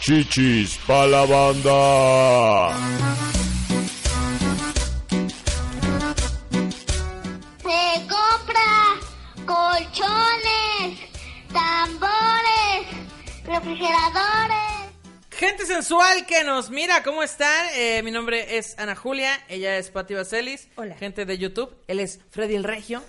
Chichis pa la banda. Se compra colchones, tambores, refrigeradores. Gente sensual que nos mira, ¿cómo están? Eh, mi nombre es Ana Julia, ella es Pati Vaselis. Hola. Gente de YouTube, él es Freddy el Regio.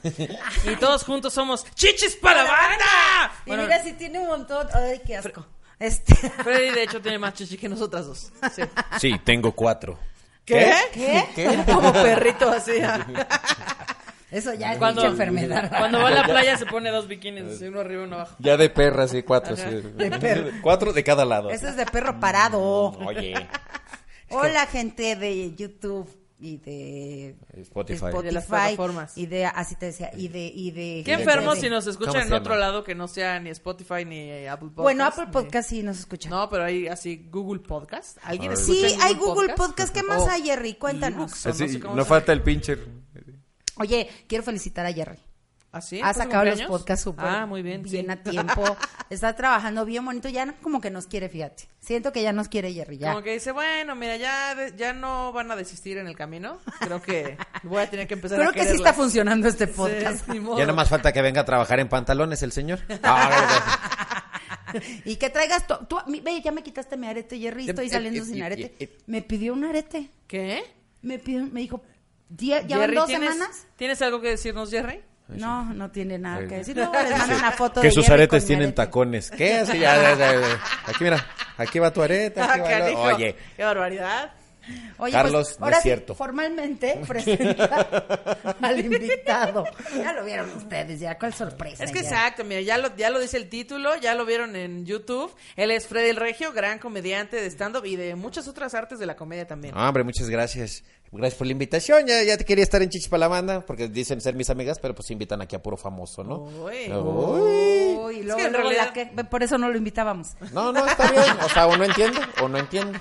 y todos juntos somos Chichis para la banda. Y Bueno, mira, si tiene un montón. Ay, qué asco. Este. Freddy de hecho tiene más chichi que nosotras dos. Sí. Sí, tengo cuatro. ¿Qué? ¿Qué? Era como perrito así. ah. Eso ya es Cuando, mucha enfermedad. cuando va a la playa se pone dos bikinis, así, uno arriba y uno abajo. Ya de perra, sí, cuatro. Ajá. sí. De perra. Cuatro de cada lado. Eso es de perro parado. Oye, Hola, gente de YouTube y de Spotify. de Y de las plataformas. y de así te decía y de y de Qué y de- enfermo de- si nos ¿Cómo escuchan se en otro llama? lado que no sea ni Spotify ni eh, Apple Podcast. bueno Apple ni- Podcast sí nos escucha No, pero hay así Google Podcast. ¿Alguien escucha oh, sí en hay Google Podcast qué más O hay Jerry cuéntanos ebooks. no sé Así, cómo Eh, no se- falta el pinche. oye quiero felicitar a Jerry ¿Ah, sí? ha ¿Fue su sacado los cumpleaños? podcasts súper Ah, muy bien. bien sí. a tiempo está trabajando bien bonito ya no- como que nos quiere fíjate siento que ya nos quiere Jerry ya Como que dice, bueno, mira, ya, de- ya no van a desistir en el camino. Creo que voy a tener que empezar creo a que sí está funcionando este podcast Ya nada más falta que venga a trabajar en pantalones el señor. Ah, Y que traigas tú, tú- mi- ve, ya me quitaste mi arete, Jerry, Ya- estoy eh, saliendo eh, sin eh, arete. eh, eh. Me pidió un arete. ¿Qué? Me pidió, me dijo, "Die- ¿ya van Jerry, dos ¿tienes- semanas? ¿Tienes algo que decirnos, Jerry? No, no tiene nada Ahí que sí. decir. Luego les mando una foto que de sus Jerry aretes con mi tienen arete. tacones. ¿Qué? Así, ya, ya, ya, ya. Aquí mira, aquí va tu areta. Ah, Aquí va el- canijo, Oye, Qué barbaridad. Oye, Carlos, pues, no ahora es sí, cierto. formalmente presenta al invitado. Ya lo vieron ustedes, ya, cuál sorpresa. Es que ya. exacto, mira, ya lo, ya lo dice el título, ya lo vieron en YouTube. Él es Freddy el Regio, gran comediante de stand-up y de muchas otras artes de la comedia también. No, hombre, muchas gracias. Gracias por la invitación. Ya, ya te quería estar en Chichis pa' la banda, porque dicen ser mis amigas, pero pues invitan aquí a puro famoso, ¿no? Uy. Uy. Uy, Es luego- que en luego la realidad- que- por eso no lo invitábamos. No, no, está bien. O sea, o no entiendo, o no entiendo.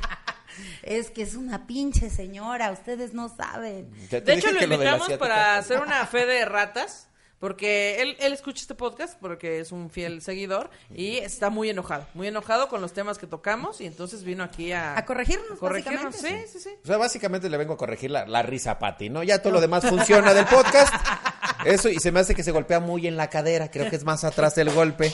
Es que es una pinche señora, ustedes no saben. Ya te De dije hecho, lo que de la invitamos asiática. para hacer una fe de ratas, porque él, él escucha este podcast, porque es un fiel seguidor, y está muy enojado, muy enojado con los temas que tocamos, y entonces vino aquí a... A corregirnos, corregirnos, sí, básicamente. sí, sí. O sea, básicamente le vengo a corregir la, la risa a Pati, ¿no? Ya todo lo demás funciona del podcast. Eso, y se me hace que se golpea muy en la cadera. Creo que es más atrás del golpe.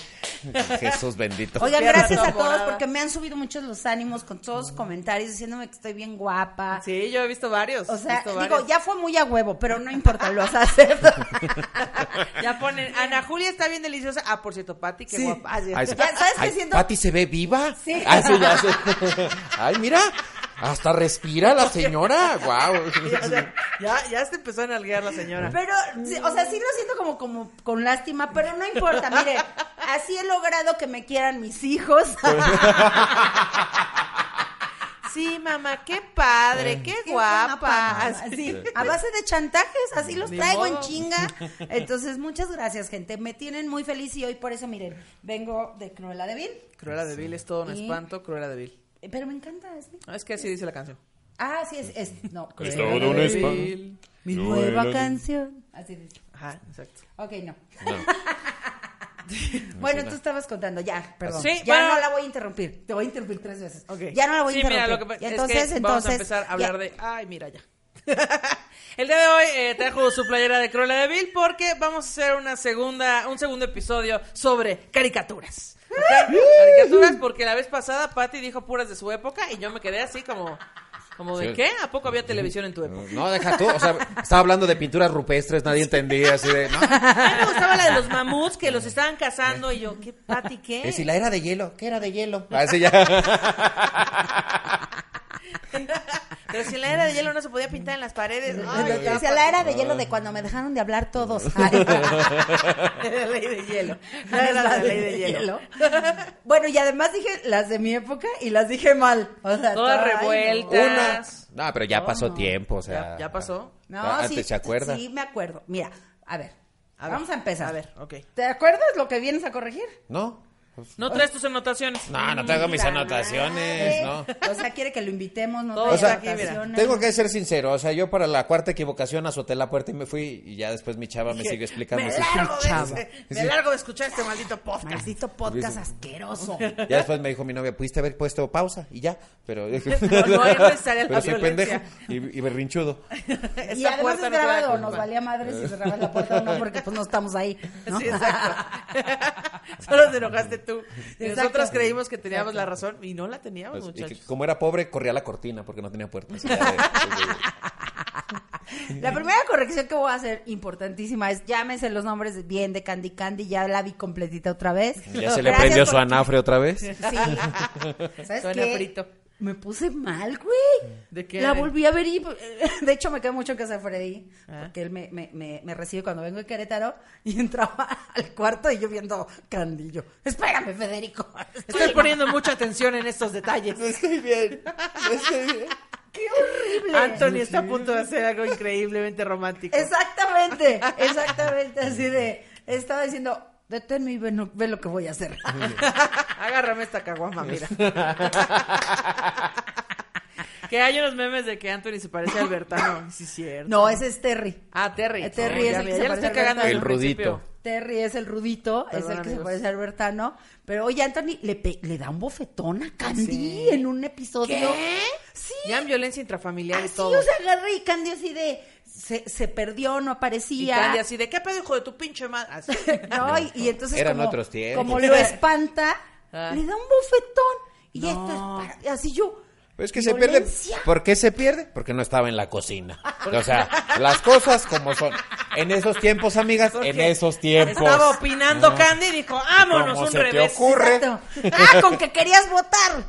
Jesús bendito. Oigan, Pierna gracias a temporada. todos porque me han subido muchos los ánimos con todos sus comentarios diciéndome que estoy bien guapa. Sí, yo he visto varios. O sea, visto digo, varios. ya fue muy a huevo, pero no importa, lo acepto. Ya ponen, Ana Julia está bien deliciosa. Ah, por cierto, Pati, qué Sí. guapa. Ah, sí. Ay, Ya, ¿sabes qué ay, siento? ¿Pati se ve viva? Sí. Ay, sí, ya sé. Ay, mira. Hasta respira la señora. Wow. O sea, ya, ya se empezó a nalguear la señora. Pero, sí, o sea, sí lo siento como, como con lástima, pero no importa. Mire, así he logrado que me quieran mis hijos. Sí, mamá, qué padre, qué, guapa. Sí, a base de chantajes, así los Ni traigo en modo. chinga. Entonces, muchas gracias, gente. Me tienen muy feliz y hoy por eso, miren, vengo de Cruella de Vil. Cruela de Vil es todo un Sí. espanto, Cruela de Vil. Eh, Pero me encanta, es mi- No, Es que así dice la canción. Ah, sí, es, es no. Es Cruella todo un de espanto. Vil. Vil. Mi No, nueva era- canción. Así dice. Ajá, exacto. Ok, no. bueno, tú estabas contando, ya, perdón. Sí, ya bueno. no la voy a interrumpir. Te voy a interrumpir tres veces. Ok. Ya no la voy a Sí, interrumpir. mira, lo que pasa Y es que entonces, entonces. vamos a empezar a hablar ya. de... Ay, mira ya. El día de hoy eh, trajo su playera de Cruella de Vil porque vamos a hacer una segunda, un segundo episodio sobre caricaturas. ¿ok? Caricaturas porque la vez pasada Patty dijo puras de su época y yo me quedé así como, como de Sí. ¿qué? ¿A poco había televisión en tu época? No, deja tú. O sea, estaba hablando de pinturas rupestres, nadie entendía. Así de, no. A mí me gustaba la de los mamuts que los estaban cazando y yo, ¿qué Patty qué? Es si la era Ah, de hielo, ¿qué era de hielo? Así ya. Pero si en la era de hielo no se podía pintar en las paredes. Ay, Lo que decía la era de hielo de cuando me dejaron de hablar todos. Ay. La ley de hielo. La era de la ley de hielo. Bueno, y además dije las de mi época y las dije mal. O sea, Todas ay, no. revueltas. No, pero ya pasó tiempo, o sea. ¿Ya, ya pasó? No, Antes sí. Ah, se acuerda. Sí, me acuerdo. Mira, a ver. vamos a empezar. A ver, ok. ¿Te acuerdas lo que vienes a corregir? ¿No? No traes tus anotaciones. No, no traigo mis Puta eh, anotaciones, ¿no? madre. Ah, O sea, quiere que lo invitemos, no Todo trae está sea, aquí, mira. anotaciones. Tengo que ser sincero, o sea, yo para la cuarta equivocación azoté la puerta y me fui y ya después mi chava me sigue explicando. Me así. largo, de Chava. ese- me largo de escuchar este maldito podcast. Maldito podcast asqueroso. Ya después me dijo mi novia, pudiste haber puesto pausa y ya, pero no es necesaria la pero soy violencia. pendejo y, y berrinchudo. Esta y además puerta no es te va a grabado, nos culpar. valía madre si cerrabas la puerta o no, porque pues no estamos ahí. ¿no? Sí, exacto. Solo te enojaste tú. Y Exacto. nosotros creímos que teníamos la razón y no la teníamos, Pues, y que muchachos. como era pobre, corría la cortina porque no tenía puertas. Ya de- La primera corrección que voy a hacer, importantísima, es llámese los nombres bien de Candy Candy, ya la vi completita otra vez. ya se le Gracias prendió su por- anafre otra vez. Sí. ¿Sabes Suena qué? frito. Me puse mal, güey. ¿De qué? La volví a ver y de hecho me quedé mucho en casa de Freddy, Ah. porque él me, me, me, me recibe cuando vengo de Querétaro y entraba al cuarto y yo viendo Candy, y yo, espérame, Federico. Estoy poniendo mucha atención en estos detalles. estoy bien, estoy bien. ¡Qué horrible! Anthony está a punto de hacer algo increíblemente romántico. Exactamente, exactamente, así de, estaba diciendo, deténme y ve, no- ve lo que voy a hacer. Agárrame esta caguama, mira. que hay unos memes de que Anthony se parece a Albertano. Sí, es cierto. No, ese es Terry. Ah, Terry. Eh, Terry es ya el me- que se ya la parece estoy a cagando. Albertano. desde El rudito. Terry es el rudito, es Perdón, el que se amigos. parece a Albertano. Pero oye, Anthony le, pe- le da un bofetón a Candy Sí. en un episodio. ¿Qué? Sí. Ya en violencia intrafamiliar y Así, todo. o sea, agarra y Candy así de. Se, se perdió, no y aparecía. Candy así de, ¿qué pedo, hijo de tu pinche madre? Así. No, y, y entonces. Eran como, otros tiempos. Como lo espanta, Ah. le da un bofetón. Y No. esto es para- Así yo. Pues es que se pierde. violencia. ¿Por qué se pierde? Porque no estaba en la cocina. O sea, las cosas como son. En esos tiempos, amigas, en esos tiempos. Estaba opinando Candy y dijo, vámonos, Como un se te revés. ocurre. Exacto. Ah, con que querías votar.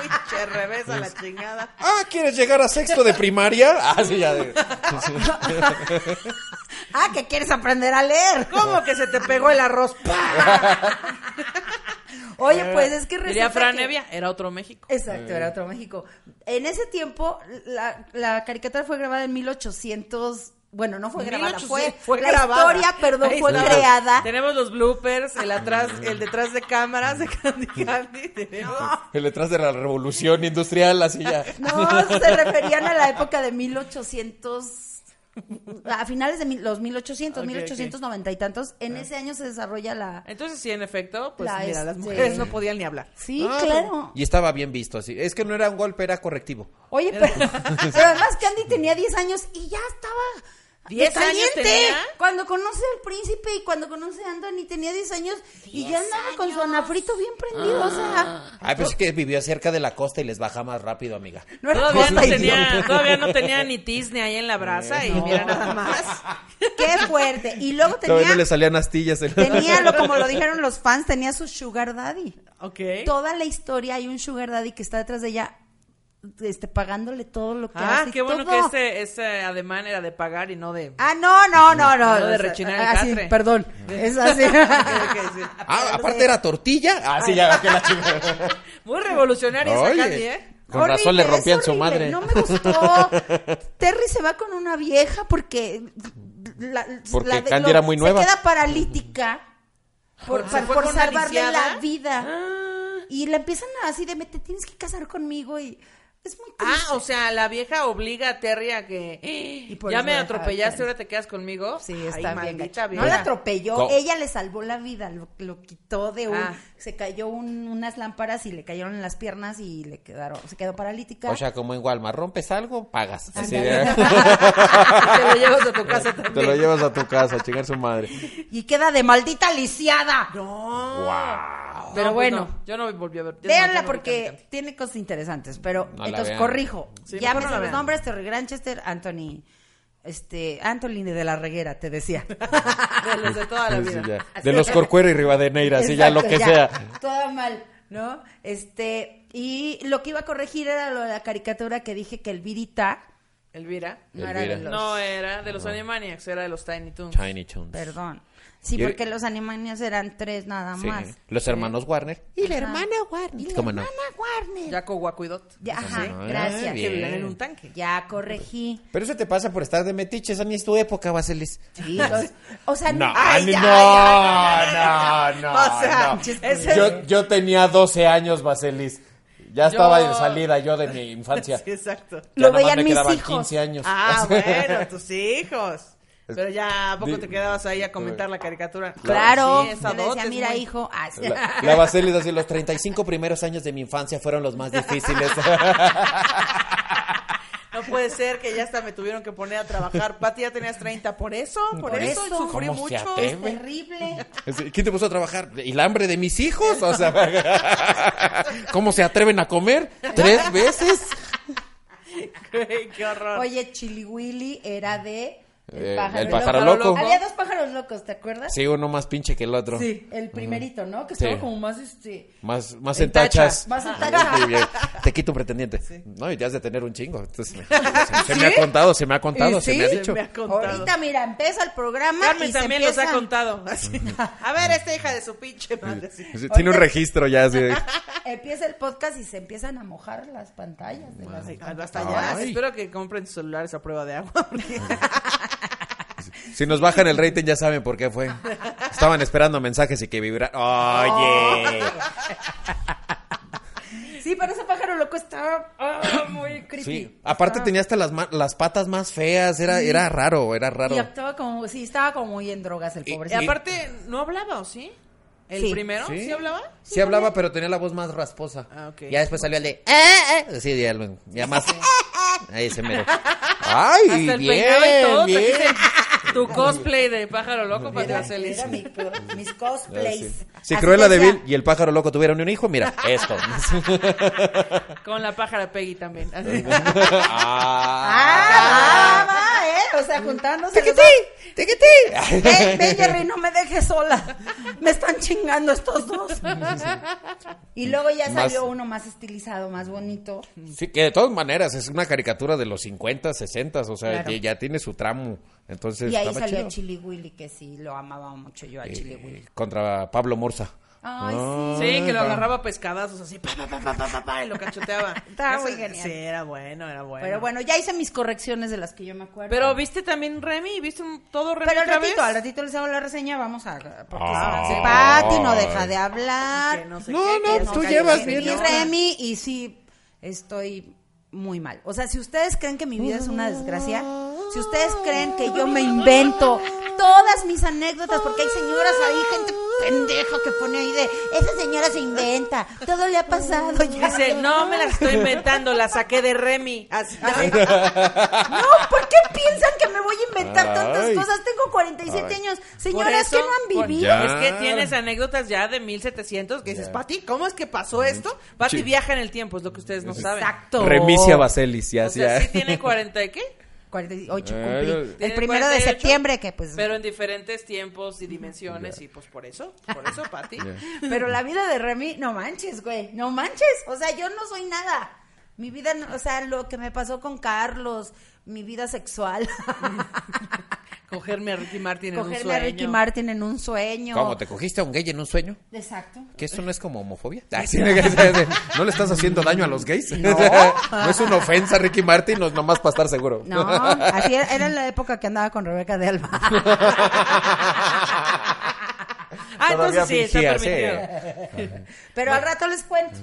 Pinche revés a la chingada. Ah, ¿quieres llegar a sexto de primaria? Ah, sí, ya. de- Ah, que quieres aprender a leer. ¿Cómo que se te pegó el arroz? Oye, pues es que resulta Eh, Diría Fran que- Evia, era otro México. Exacto, Eh. era otro México. En ese tiempo, la, la caricatura fue grabada en 1800. Bueno, no fue grabada, 1800 fue, fue la grabada. historia, perdón, Ahí fue está. creada. Tenemos los bloopers, el atrás, el detrás de cámaras de Candy Candy. Tenemos- El detrás de la revolución industrial, así ya. No, se referían a la época de 1800. A finales de mil- los 1800, Ok, Ah. ok. 1890 y tantos. En ese año se desarrolla la. Entonces, sí, en efecto, pues La, mira, las este- mujeres no podían ni hablar. Sí, Ah, claro. Y estaba bien visto, así. Es que no era un golpe, era correctivo. Oye, pero, pero además Candy tenía 10 años y ya estaba. de 10 años caliente. tenía. Cuando conoce al príncipe y cuando conoce a Anthony tenía 10 años y ya andaba con su anafrito bien prendido. O Ah. sea, Ay, pues es que vivió cerca de la costa y les baja más rápido, amiga. no era Todavía no, cosa idiota. tenía, todavía no tenía ni tisne ahí en la brasa y mira nada más. Qué fuerte. Y luego Todavía no le tenía, salían astillas. en la- tenía lo, como lo dijeron los fans, tenía su sugar daddy. Ok. Toda la historia hay un sugar daddy que está detrás de ella este, pagándole todo lo que Ah, hace. y qué bueno todo. que ese, ese ademán era de pagar y no de... Ah, no, no, no, no. No, de o sea, rechinar el ah, sí, catre. perdón. Es así. ¿Qué decir? Ah, aparte era tortilla. Ah, sí, ya que la chica. Muy revolucionaria esa Candy, ¿eh? con Horrible, razón le es rompían su horrible, madre. No me gustó. Terry se va con una vieja porque. la- Porque la de- Candy era muy nueva. Se queda paralítica por, ¿Se por- fue por con una salvarle lisiada? Ah. la vida. Y le empiezan a- así de: me te tienes que casar conmigo. Y es muy triste. Ah, o sea, la vieja obliga a Terry a que Y por ya eso me la atropellaste, dejaron". ahora te quedas conmigo. Sí, está Ay, bien. maldita gacho. vieja. No la atropelló, Co- ella le salvó la vida, lo, lo quitó de un, Ah. se cayó un- unas lámparas y le cayeron en las piernas y le quedaron, se quedó paralítica. O sea, como en Walmart, rompes algo, pagas. Así Ándale. de- Y te lo llevas a tu casa también. Te lo llevas a tu casa, a chingar su madre. y queda de maldita lisiada. No. ¡Wow! No, pues Pero bueno. no, yo no volví a ver. Es más, yo Véanla no vi Candy porque Candy. tiene cosas interesantes, pero No la entonces vean. corrijo. Sí, ya mejor me no la sé los vean. nombres, Terry Granchester, Anthony, este, Anthony de la Reguera, te decía. De los de toda la Sí, vida. ya. De los Corcuero y Rivadeneira, así ya lo Exacto, que sea. Todo mal. ¿no? Este, y lo que iba a corregir era lo de la caricatura que dije que Elvirita Elvira. no era de Elvira. los... No era de los Animaniacs, era de los Tiny Toons. Tiny Toons. Perdón. Sí, Yo- porque los animanios eran tres nada Sí. más. Los hermanos Warner. Y la hermana Warner. Y la ¿Cómo no? hermana Warner. Ya, Jaco Wacuidot. ajá, Ah, gracias. Que bien. vivían en un tanque. Ya corregí. Pero eso te pasa por estar de metiches. A mí es tu época, Vaselis. Sí, los- o sea, No, ay, ni- ya, no, ya, ya, ya, ya, ya. no, no, O sea, no. chiste. Ese- Yo, yo tenía 12 años, Vaselis. Ya estaba Yo- de salida yo de mi infancia. Sí, exacto. Ya Lo nomás veían me mis quedaban hijos. 15 años. Ah, bueno, tus hijos. Pero ya, ¿a poco Di- te quedabas ahí a comentar la caricatura? Claro, Sí, yo esa le dot decía, es mira, muy- hijo, ah, así. La, la Vaselis así, los 35 primeros años de mi infancia fueron los más difíciles. No puede ser que ya hasta me tuvieron que poner a trabajar. Pati, ya tenías 30. ¿Por eso? ¿Por, Por eso? eso. Sufrí ¿Cómo se mucho. atreve? terrible. Sí, ¿Quién te puso a trabajar? ¿El hambre de mis hijos? O sea, ¿cómo se atreven a comer? ¿Tres veces? Güey, Qué horror. Oye, Chili Willy era de Eh, el pájaro loco. Había dos pájaros locos, ¿te acuerdas? Sí, uno más pinche que el otro. Sí, el primerito, ¿no? Que Sí. estaba como más este Más, más En en tachas. más atachado. Muy bien. Te quito un pretendiente. No, y te has de tener un chingo. Entonces, me- se me ha contado, se me ha contado, ¿Y sí? se eh, me ha Se dicho. me ha contado. Ahorita mira, empieza el programa Carmen y se también nos empieza... ha contado. Así. A ver, esta hija de su pinche madre. así. Sí, Tiene un registro ya así de- Empieza el podcast y se empiezan a mojar las pantallas de las Ay, Hasta allá. Ay. Espero que compren sus celulares a prueba de agua. porque- Si nos bajan el rating ya saben por qué fue. Estaban esperando mensajes y que vibra. Oye. Sí, pero ese pájaro loco estaba ah, muy creepy. Sí. Aparte tenía hasta las, ma- las patas más feas. Era, era raro, era raro. Y estaba como, sí, estaba como muy en drogas el Y- pobre. Y aparte, ¿no hablaba o sí? ¿El Sí. primero? ¿Sí, Sí. hablaba? Sí hablaba, pero tenía la voz más rasposa. Ah, ok. Ya después salió el de... "Ah, ah". Sí, ya, lo- ya más... Ahí se mero. ¡Ay, Hasta el bien, peinado y todo. te bien. dicen, tu cosplay de pájaro loco para Era, hacerle era mi co- mis Sí. cosplays. Si Así Cruella de decía, Vil y el pájaro loco tuvieran un hijo, mira, esto. Con la pájara Peggy también. así. Ah, va, va, eh. O sea, juntándose. los ¡Tiquití! dos. ¡Tiquití! Ven, ven, Jerry, no me dejes sola. Me están chingando estos dos. Y luego ya Más- salió uno más estilizado, más bonito. Sí, que de todas maneras es una caricatura de los 50, 60, o sea, Claro. ya, ya tiene su tramo. Entonces, Y ahí estaba salió chido. Chili Willy, que sí, lo amaba mucho yo a Eh, Chili Willy. contra Pablo Morza. Ay, Sí, que lo agarraba a pescadazos así, pa, pa, pa, pa, pa, pa, pa, y lo cachoteaba. Estaba Eso- muy genial. Sí, era bueno, era bueno. Pero bueno, ya hice mis correcciones de las que yo me acuerdo. Pero viste también Remy, viste un- todo Remy Pero al otra ratito, vez? al ratito les hago la reseña, vamos a... Porque Ah. si Pati no Ay. deja de hablar. Que no sé No, qué, no, pues, que tú cayó llevas en bien el Y no. Remy, y sí, estoy muy mal. O sea, si ustedes creen que mi vida es una desgracia, si ustedes creen que yo me invento todas mis anécdotas, porque hay señoras ahí, gente pendeja que pone ahí de, esa señora se inventa, todo le ha pasado. ya". Dice, no me las estoy inventando, la saqué de Remy. Así, así. No, ¿por qué piensan que me voy a inventar tantas Ay. cosas? Tengo 47 años. Por Señoras que eso, no han por- vivido. Ya. Es que tienes anécdotas ya de 1700 que dices, Pati, ¿cómo es que pasó esto? Pati Sí. viaja en el tiempo, es lo que ustedes no saben. Exacto. Remicia Vaselis, ya, Oh. O sea, ya. sí tiene 40 y qué? 48 Eh, cumplí. El Tiene primero de 48, septiembre, que pues... Pero en diferentes tiempos y dimensiones, y pues por eso, por eso, Pati. Pero la vida de Remy, no manches, güey, no manches. O sea, yo no soy nada. Mi vida, no- o sea, lo que me pasó con Carlos, mi vida sexual, Cogerme a Ricky Martin en un cogerme a Ricky sueño. Martin en un sueño. ¿Cómo? ¿Te cogiste a un gay en un sueño? Exacto. ¿Que eso no es como homofobia? Ah, sí, ¿No le estás haciendo daño a los gays? ¿No es una ofensa, Ricky Martin? No, nomás para estar seguro. No, así era, era en la época que andaba con Rebeca de Alba. Ah, Todavía entonces sí, está fingía, permitido. Pero al rato les cuento.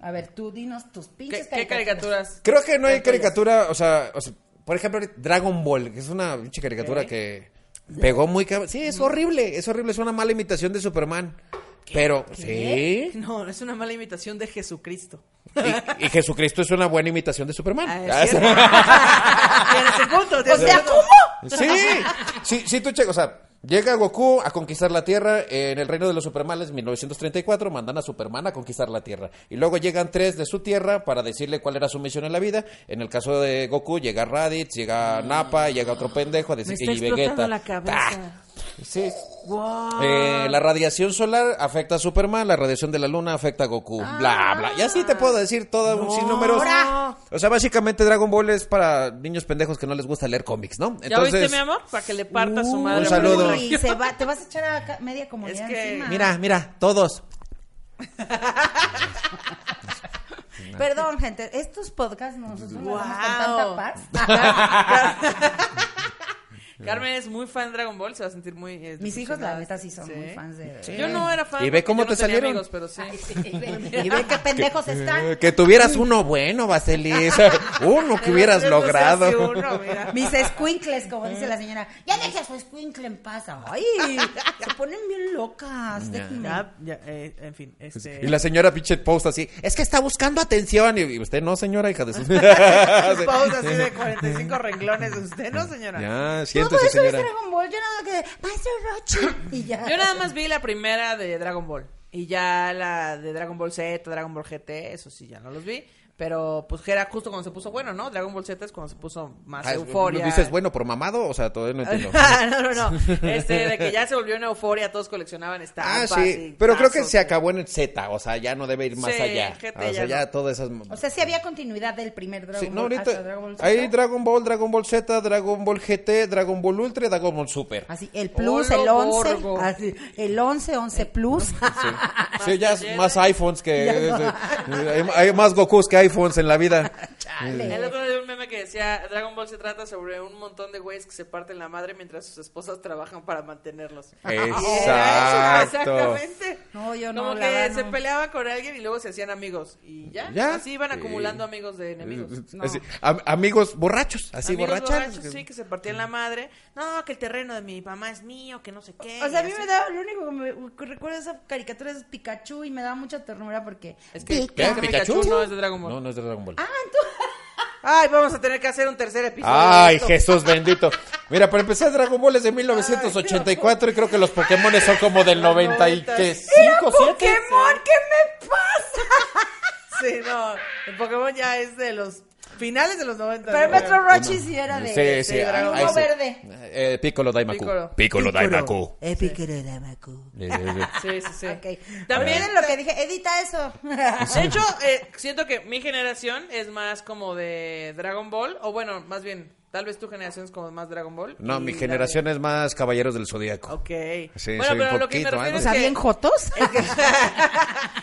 A ver, tú dinos tus ¿Qué, pinches qué caricaturas? Creo que no hay caricatura, o sea, o sea, por ejemplo, Dragon Ball, que es una pinche caricatura que pegó muy cabrón. Sí, es horrible, es horrible, es una mala imitación de Superman. Pero, sí. No, es una mala imitación de Jesucristo. Y, y Jesucristo es una buena imitación de Superman. Ah, es cierto. Ah, Tienes el punto, O tienes el sea, punto. ¿cómo? Sí, sí, sí, tú checas, o sea, llega Goku a conquistar la Tierra eh, en el Reino de los Supermanes, 1934, mandan a Superman a conquistar la Tierra. Y luego llegan tres de su Tierra para decirle cuál era su misión en la vida. En el caso de Goku llega Raditz, llega Nappa, llega otro pendejo a decir Mm. Me está y explotando Vegeta. la cabeza. Ah. ¡Pah! Sí. Eh, la radiación solar afecta a Superman, la radiación de la luna afecta a Goku, Ah. bla, bla. Y así te puedo decir todo un sinnúmero. Ahora. O sea, básicamente Dragon Ball es para niños pendejos que no les gusta leer cómics, ¿no? ¿Ya viste, mi amor? Para que le parta a su madre. un saludo. Uy, se va- te vas a echar a ca- media comunidad Es que- encima. Mira, mira, todos. Perdón, gente, estos podcasts nosotros no Wow. los hacemos con tanta Carmen es muy fan de Dragon Ball, se va a sentir muy... eh, paz. Mis hijos, la decepcionada. neta, sí son muy fans de... Yo no era fan. Y ve porque cómo yo no te tenía salieron. amigos, pero sí. Y ve qué pendejos están. Eh, Que tuvieras uno bueno, Vaselis. uno que hubieras Yo no sé si logrado. uno, mira. Mis escuincles, como dice la señora. Ya deja a su escuincle en paz. Ay, se ponen bien locas. déjenme. Ya, ya, eh, en fin, este... Pues, Y la señora pinche post así, es que está buscando atención. Y- Y usted no, señora, hija de su... Pausa así de 45 renglones. ¿Usted no, señora? ya, Todo siéntese, eso es señora. Dragon Ball. Yo nada que... Maestro Rochi. Y ya. Yo nada más vi la primera de Dragon Ball. Y ya la de Dragon Ball Z, Dragon Ball GT, eso sí, ya no los vi. Pero pues que era justo cuando se puso bueno, ¿no? Dragon Ball Z es cuando se puso más Ah, euforia. Dices, bueno, por mamado, o sea, todavía no entiendo. no, no, no. Este, de que ya se volvió una euforia, todos coleccionaban Ah, estampas. sí, y pero creo que tazos. se acabó en el Z, o sea, ya no debe ir más Sí, allá. Ah, GT o sea, ya ya, no. todas esas... O sea, sí había continuidad del primer Dragon Sí, no, Ball ahorita hasta Dragon Ball Z. hay Dragon Ball, Dragon Ball Z, Dragon Ball GT, Dragon Ball Ultra, y Dragon Ball Super. Así, el plus, Olo el 11, Borgo. así, el 11, 11 plus. Eh, Sí, ya es ¿eh? más iPhones que... Ya hay, hay más Gokus que iPhones en la vida. El otro día vi un meme que decía Dragon Ball se trata sobre un montón de güeyes que se parten la madre mientras sus esposas trabajan para mantenerlos. Era eso, Exacto. Exactamente. No, yo no, Como la que verdad, se no. peleaba con alguien y luego se hacían amigos. Y ya. Ya. Así iban Sí. acumulando amigos de enemigos. Así, am- amigos borrachos, así Amigos borrachas. borrachos, sí, que se partían la madre. No, que el terreno de mi mamá es mío, que no sé qué. O sea, a mí y me así. daba, lo único que me que recuerdo de esa caricatura es Pikachu y me daba mucha ternura porque... Es que, ¿Qué? es que Pikachu ¿Pikachu? no es de Dragon Ball. No, no es de Dragon Ball. Ay, vamos a tener que hacer un tercer episodio. de Ay, esto. Jesús bendito. Mira, para empezar, Dragon Ball es de 1984 y creo que los Pokémon son como del 95, 7. ¡Pokémon, qué me pasa! Sí, no. El Pokémon ya es de los finales de los 90. Pero ¿no? Metro Rochi sí era de... Sí, sí, de ah, Dragon ahí Ball sí. verde. Eh, Piccolo Daimaku. Piccolo. Piccolo Daimaku. Eh, Piccolo Damaku. Eh, eh, eh. Sí, sí, sí. Ok. También También es lo que dije, edita eso. De hecho, eh, siento que mi generación es más como de Dragon Ball, o bueno, más bien, tal vez tu generación es como más Dragon Ball. No, y mi la generación es más Caballeros del de- Zodíaco. Ok. Sí, bueno, soy pero un lo que me poquito, refiero ¿eh? O es sea, que... bien jotos.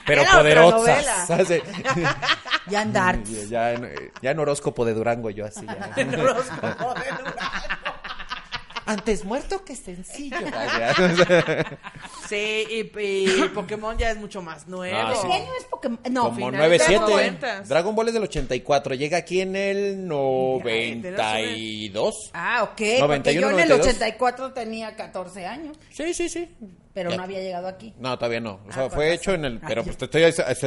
Pero Era otra Ah, novela. poderosas. ¿sabes? y andar. Ya en, eh, ya en horóscopo de Durango yo así. ya. Antes muerto que sencillo. Ah, ya. Sí, y, y Pokémon ya es mucho más nuevo. Ah, sí. ¿Qué año es Pokémon? No, Como final. nueve- 9-7. 90s. Dragon Ball es del 84. Llega aquí en el 92. Ah, ok. porque 91, yo en el 92. 84 tenía 14 años, Sí, sí, sí. pero Ya. no había llegado aquí. No, todavía no. O sea, Ah, con fue hecho razón. en el. Pero pues te estoy,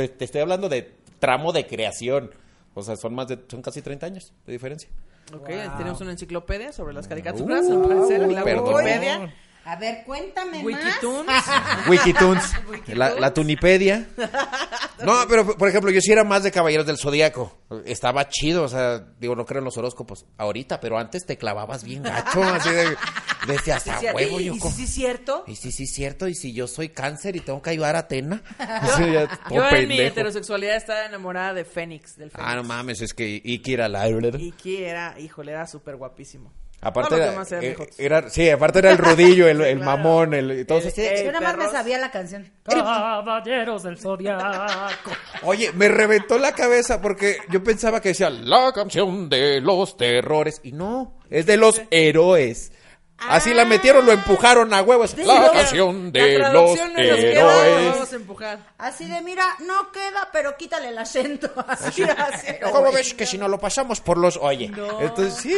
te estoy hablando de tramo de creación. O sea, son más de. Son casi 30 años de diferencia. Ok, tenemos una enciclopedia sobre las caricaturas, al Uh, parecer, la perdón. Wikipedia, A ver, cuéntame Wikitoons. más. Wikitoons. La, la Tunipedia. No, pero por ejemplo, yo sí era más de Caballeros del Zodíaco. Estaba chido, o sea, digo, no creo en los horóscopos ahorita, pero antes te clavabas bien gacho, así de. Decías, a Decía, huevo, yo ¿Y si co- sí es cierto? Y sí, sí, cierto. Y si yo soy cáncer y tengo que ayudar a Atena. Sí, ya, todo Yo en mi pendejo. heterosexualidad estaba enamorada de Fénix, del Fénix. Ah, no mames, es que Iki era la... Iki era, híjole, era súper guapísimo. Aparte Todos los era, demás eran eh, viejotes. era- sí, aparte era el rudillo, el, el mamón, el, y todos El- así de, Yo el- nada más me perros. sabía la canción. Caballeros del Zodiaco. Oye, me reventó la cabeza porque yo pensaba que decía la canción de los terrores. Y no, es de los héroes. Así la metieron, lo empujaron a huevos. La Pero canción la de los traducción no nos queda, lo héroes. vamos a empujar. Así de, mira, no queda, pero quítale el acento. Así, así. ¿Cómo ves que si no lo pasamos por los... Oye, entonces sí,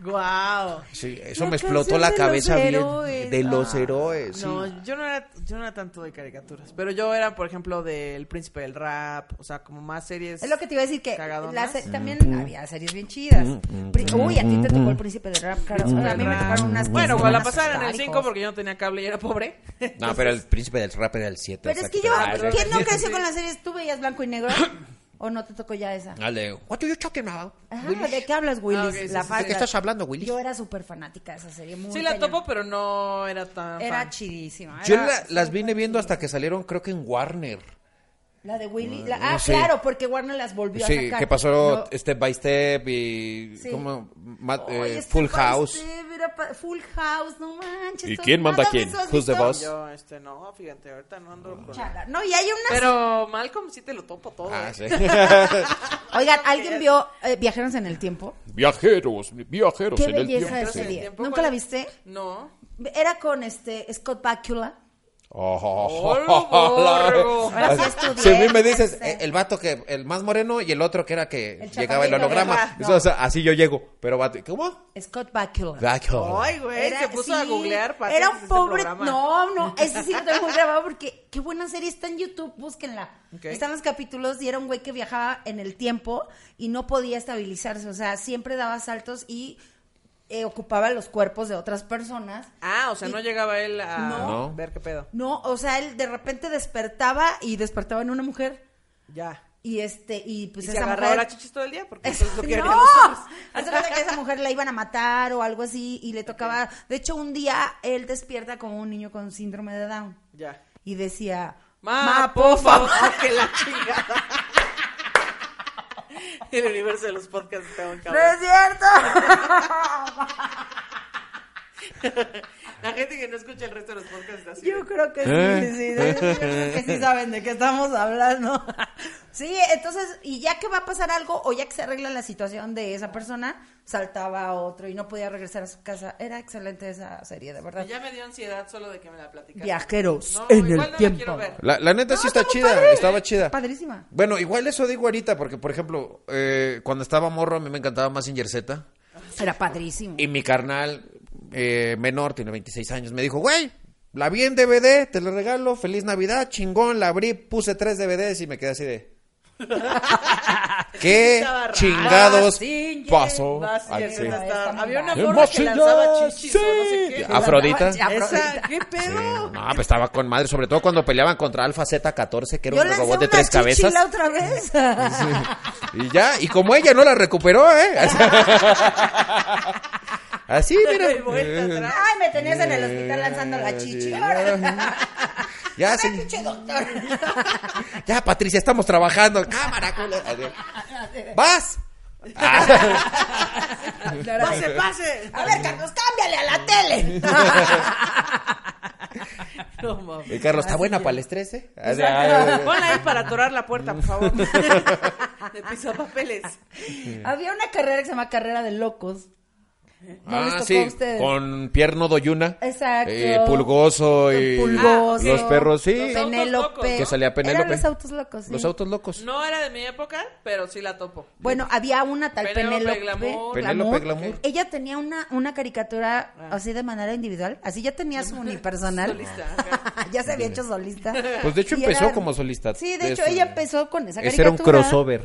Guau. sí, eso La me explotó canción la de cabeza los bien. héroes. De los héroes. Eh, sí. No, yo no era, yo no era tanto de caricaturas, pero yo era, por ejemplo, del Príncipe del Rap, o sea, como más series. Es lo que te iba a decir que Cagadonas. las Mm. se- también había series bien chidas. Pri- Uy, a ti te tocó el príncipe del rap, claro. Mm, A mí me tocaron unas que Bueno, sí, pues la unas pasaron en el históricos. 5 porque yo no tenía cable y era pobre. No, pero el príncipe del rap era el 7. Pero es que yo, ¿quién no creció con las series? ¿Tú veías blanco y negro? ¿O no te tocó ya esa? Dale. What are you talking about? Ajá, ¿De qué hablas, Willis? Ah, ok, sí, la sí, falda. ¿De qué estás hablando, Willis? Yo era súper fanática de esa serie. Muy Sí la cañón. topo, pero no era tan Era fan. chidísima. Yo era la- las vine súper viendo hasta chidísima. que salieron, creo que en Warner. La de Willy. No, la- Mm, no ah, sé. claro, porque Warner las volvió a Sí, sacar. que pasó No. Step by Step y Sí. como ma- Ay, eh, este Full pa- House. este, mira, pa- full House, no manches. ¿Y todo- quién manda nada de quién? eso has Who's the visto. boss? Yo, este, no, fíjate, ahorita no ando con... Chala. No, y hay unas. Pero Malcolm sí te lo topo todo. Ah, ¿eh? sí. Oigan, ¿alguien vio eh, Viajeros en el Tiempo? Viajeros, viajeros Qué en el tiempo. belleza de Viajeros en el serie. Tiempo, ¿Nunca ¿cuál la es? viste? No. Era con este Scott Bakula. Oh, oh, ¡Hola, oh, oh, oh. Ahora sí estudié. Si a mí me dices Sí. eh, el vato que el más moreno y el otro que era que El llegaba el chaparrito, holograma, ¿verdad? Eso, o sea, así yo llego, pero vato, ¿cómo? Scott Bakula. Gacho. Ay, güey, Era- se puso a sí, googlear para este Era un pobre. No, no, ese sí lo tengo muy grabado porque qué buena serie está en YouTube, búsquenla. Ok. Están los capítulos y era un güey que viajaba en el tiempo y no podía estabilizarse. O sea, siempre daba saltos y eh, ocupaba los cuerpos de otras personas. Ah, o sea, no llegaba él a No. ver qué pedo. No, o sea, él de repente despertaba y despertaba en una mujer. Ya. Y este, y pues Y esa se agarraba mujer. las chichis todo el día porque Eso eso es lo que no, haríamos nosotros. Haz de cuenta que a esa mujer la iban a matar o algo así y le tocaba. De hecho, un día él despierta como un niño con síndrome de Down Ya. y decía: Ma, Ma, por por favor". favor, que la chingada. El universo de los podcasts está un ¡No cabrón. es cierto! La gente que no escucha el resto de los podcasts está así. Yo creo que sí, ¿Eh? sí, de- yo creo que sí saben de qué estamos hablando. Sí, entonces, y ya que va a pasar algo o ya que se arregla la situación de esa persona, saltaba a otro y no podía regresar a su casa. Era excelente esa serie, de verdad. Ya me dio ansiedad solo de que me la platicaran. Viajeros No, en igual el no la tiempo. quiero ver. La, la neta sí está, chida, estaba chida. Padrísima. Bueno, igual eso digo ahorita, porque por ejemplo, eh, cuando estaba morro a mí me encantaba más Z. Era padrísimo. Y mi carnal eh, menor, tiene 26 años, me dijo, güey, la vi en DVD, te la regalo, feliz Navidad, chingón, la abrí, puse tres DVDs y me quedé así de... ¿Qué Estaba raro. chingados Mazinger, pasó? Más aquí? cierto, sí. hasta- Está Había muy una mal. morra que lanzaba chichis o no sé qué. Sí. Afrodita. Esa, Ya, Afrodita. ¿Qué Sí, pedo? no, pues estaba con madre, sobre todo cuando peleaban contra Alpha Z14, que era Yo un lancé robot de una tres chichi cabezas. la otra vez. Y ya, y como ella no la recuperó, ¿eh? Así, mira. Doy vuelta atrás. Ay, me tenías en el Eh, hospital lanzando la chichi. Ya, Ay, sí. pinche doctor. Ya, Patricia, estamos trabajando. Cámara, culo. ¡Vas! Ah, Pase, pase. A ver, Carlos, cámbiale a la tele. No mames. y Eh, Carlos, ¿está buena para el estrés, eh? Ah, sí, ah, Ponla ahí para atorar la puerta, por favor. De piso papeles. Había una carrera que se llama Carrera de Locos. ¿No les Ah, tocó a sí, ustedes? con Pierno Doyuna. Exacto. Eh, Pulgoso y Pulgoso. los perros, sí. Los autos locos, Penélope. ¿no? Que salía Penélope. Eran los autos locos, sí. Los autos locos. No era de mi época, pero sí la topo. Bueno, había una tal Penélope Penélope Glamour. Penélope Glamour. Ella tenía una, una caricatura así de manera individual. Así ya tenía su unipersonal. Ah. Solista, ajá. ya se había hecho solista. Pues, de hecho, Y empezó como solista. Sí, de De hecho eso. ella empezó con esa Ese era caricatura. un crossover.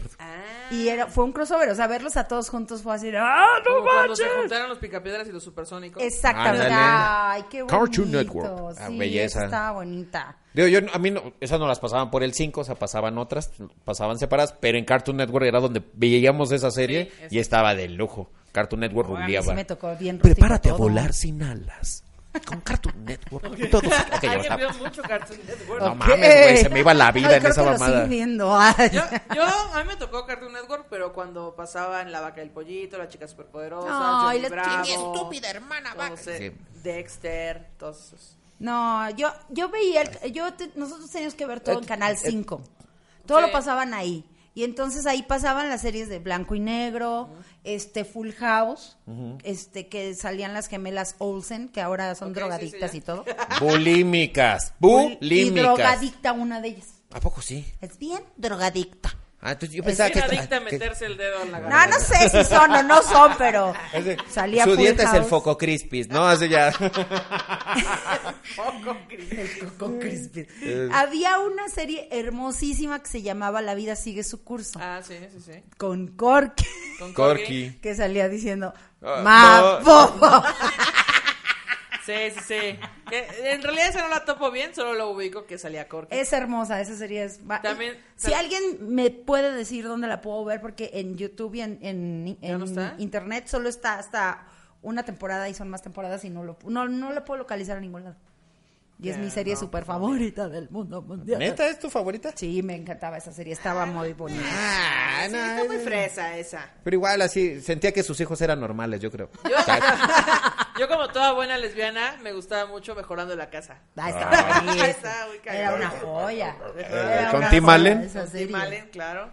Y era, fue un crossover. O sea, verlos a todos juntos fue así de, ¡Ah, no Como cuando se manches! juntaron los picapiedras y los supersónicos. Exactamente. Ándale. Ay, qué bonito. Cartoon Network. Ah, Sí, belleza. esa Estaba bonita. Digo, yo, a mí no- esas no las pasaban por el 5, o sea, pasaban otras, pasaban separadas, pero en Cartoon Network era donde veíamos esa serie Sí, y estaba de lujo. Cartoon Network A mí ruleaba. sí me tocó bien rústico Prepárate a todo. volar sin alas. Con Cartoon Network. Todo. Ok, ya Alguien está. vio mucho Cartoon Network. No Ok. mames, güey, se me iba la vida Ay, en creo esa que lo mamada. sigo viendo. Ay. Yo, yo, a mí me tocó Cartoon Network, pero cuando pasaban La Vaca del Pollito, La Chica Superpoderosa, Ay, Johnny la- Bravo, ¡Qué estúpida hermana vaca! Sí. Dexter, todos esos. No, yo, yo veía, el- yo te- nosotros teníamos que ver todo Eh, en Canal 5. Todo sí. lo pasaban ahí. Y entonces ahí pasaban las series de Blanco y Negro, este Full House, este que salían las gemelas Olsen, que ahora son Ok, sí, drogadictas sí, ya. y todo. Bulímicas. Y Bulímicas. drogadicta una de ellas. ¿A poco sí? Es bien drogadicta. Ah, entonces yo Es pensaba bien que. adicta a que- meterse el dedo en la No, garganta. no sé si son o no son, pero Ah, es de- salía Su Full dieta es el House. Foco Crispis, ¿no? Así ya. Coco Crispy. Había una serie hermosísima que se llamaba La vida sigue su curso, Ah, sí, sí, sí. con Corky. Con Corky. que salía diciendo Ah, ¡Ma no. bobo! Sí, sí, sí. Que en realidad esa no la topo bien, solo lo ubico que salía corta. Es hermosa, esa serie es... va- También- si tam- alguien me puede decir dónde la puedo ver, porque en YouTube y en, en- ¿Ya no en está? Internet solo está hasta una temporada y son más temporadas y no lo no, no la puedo localizar a ningún lado. Y es Ya, mi serie no, súper favorita del mundo mundial. ¿Neta es tu favorita? Sí, me encantaba esa serie, estaba muy bonita. Ah, Sí, no, está muy no. fresa esa. Pero igual así, sentía que sus hijos eran normales, yo creo. Yo, ¿Sabes? yo como toda buena lesbiana, me gustaba mucho mejorando la casa. Ah, estaba buenísima. Estaba muy cagada. Era una joya. Eh, Era ¿con una Tim joya Allen? esa Con Tim serie. Allen, claro.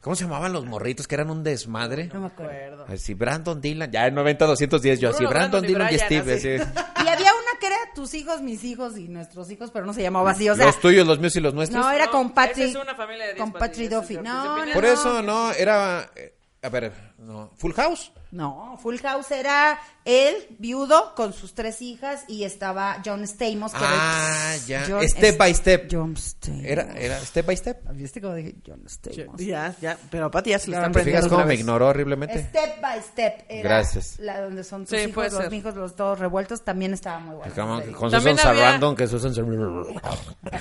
¿Cómo se llamaban los morritos que eran un desmadre? No me De acuerdo. acuerdo. Así, Brandon Dylan, ya en 90-210 yo así, Bruno, Brandon, Brandon y Dylan y Brian, Steve. así. así. Y había una que era tus hijos, mis hijos y nuestros hijos, pero no se llamaba así, o sea, los tuyos, los míos y los nuestros. no era No, con esa Patrick, es una familia de diez, con Patrick, Patrick esa es Duffy. la No, principal. no, Por no. eso no, era. eh, A ver, no. Full House. No, Full House era él viudo con sus tres hijas y estaba John Stamos. que era el- Ah, ya. John Step Est- by Step. John Stamos. Era, era Step by Step. ¿Viste cómo dije John Stamos? Ya, ya. Pero Pati ya se le Claro, está ¿te aprendiendo. ¿Te fijas cómo otra me vez. ignoró horriblemente? Step by Step era Gracias. la donde son tus Sí, puede hijos, ser. los mijos, los todos revueltos, también estaba muy bueno. Como- con También Susan había- Sarandon, que Susan Sarandon.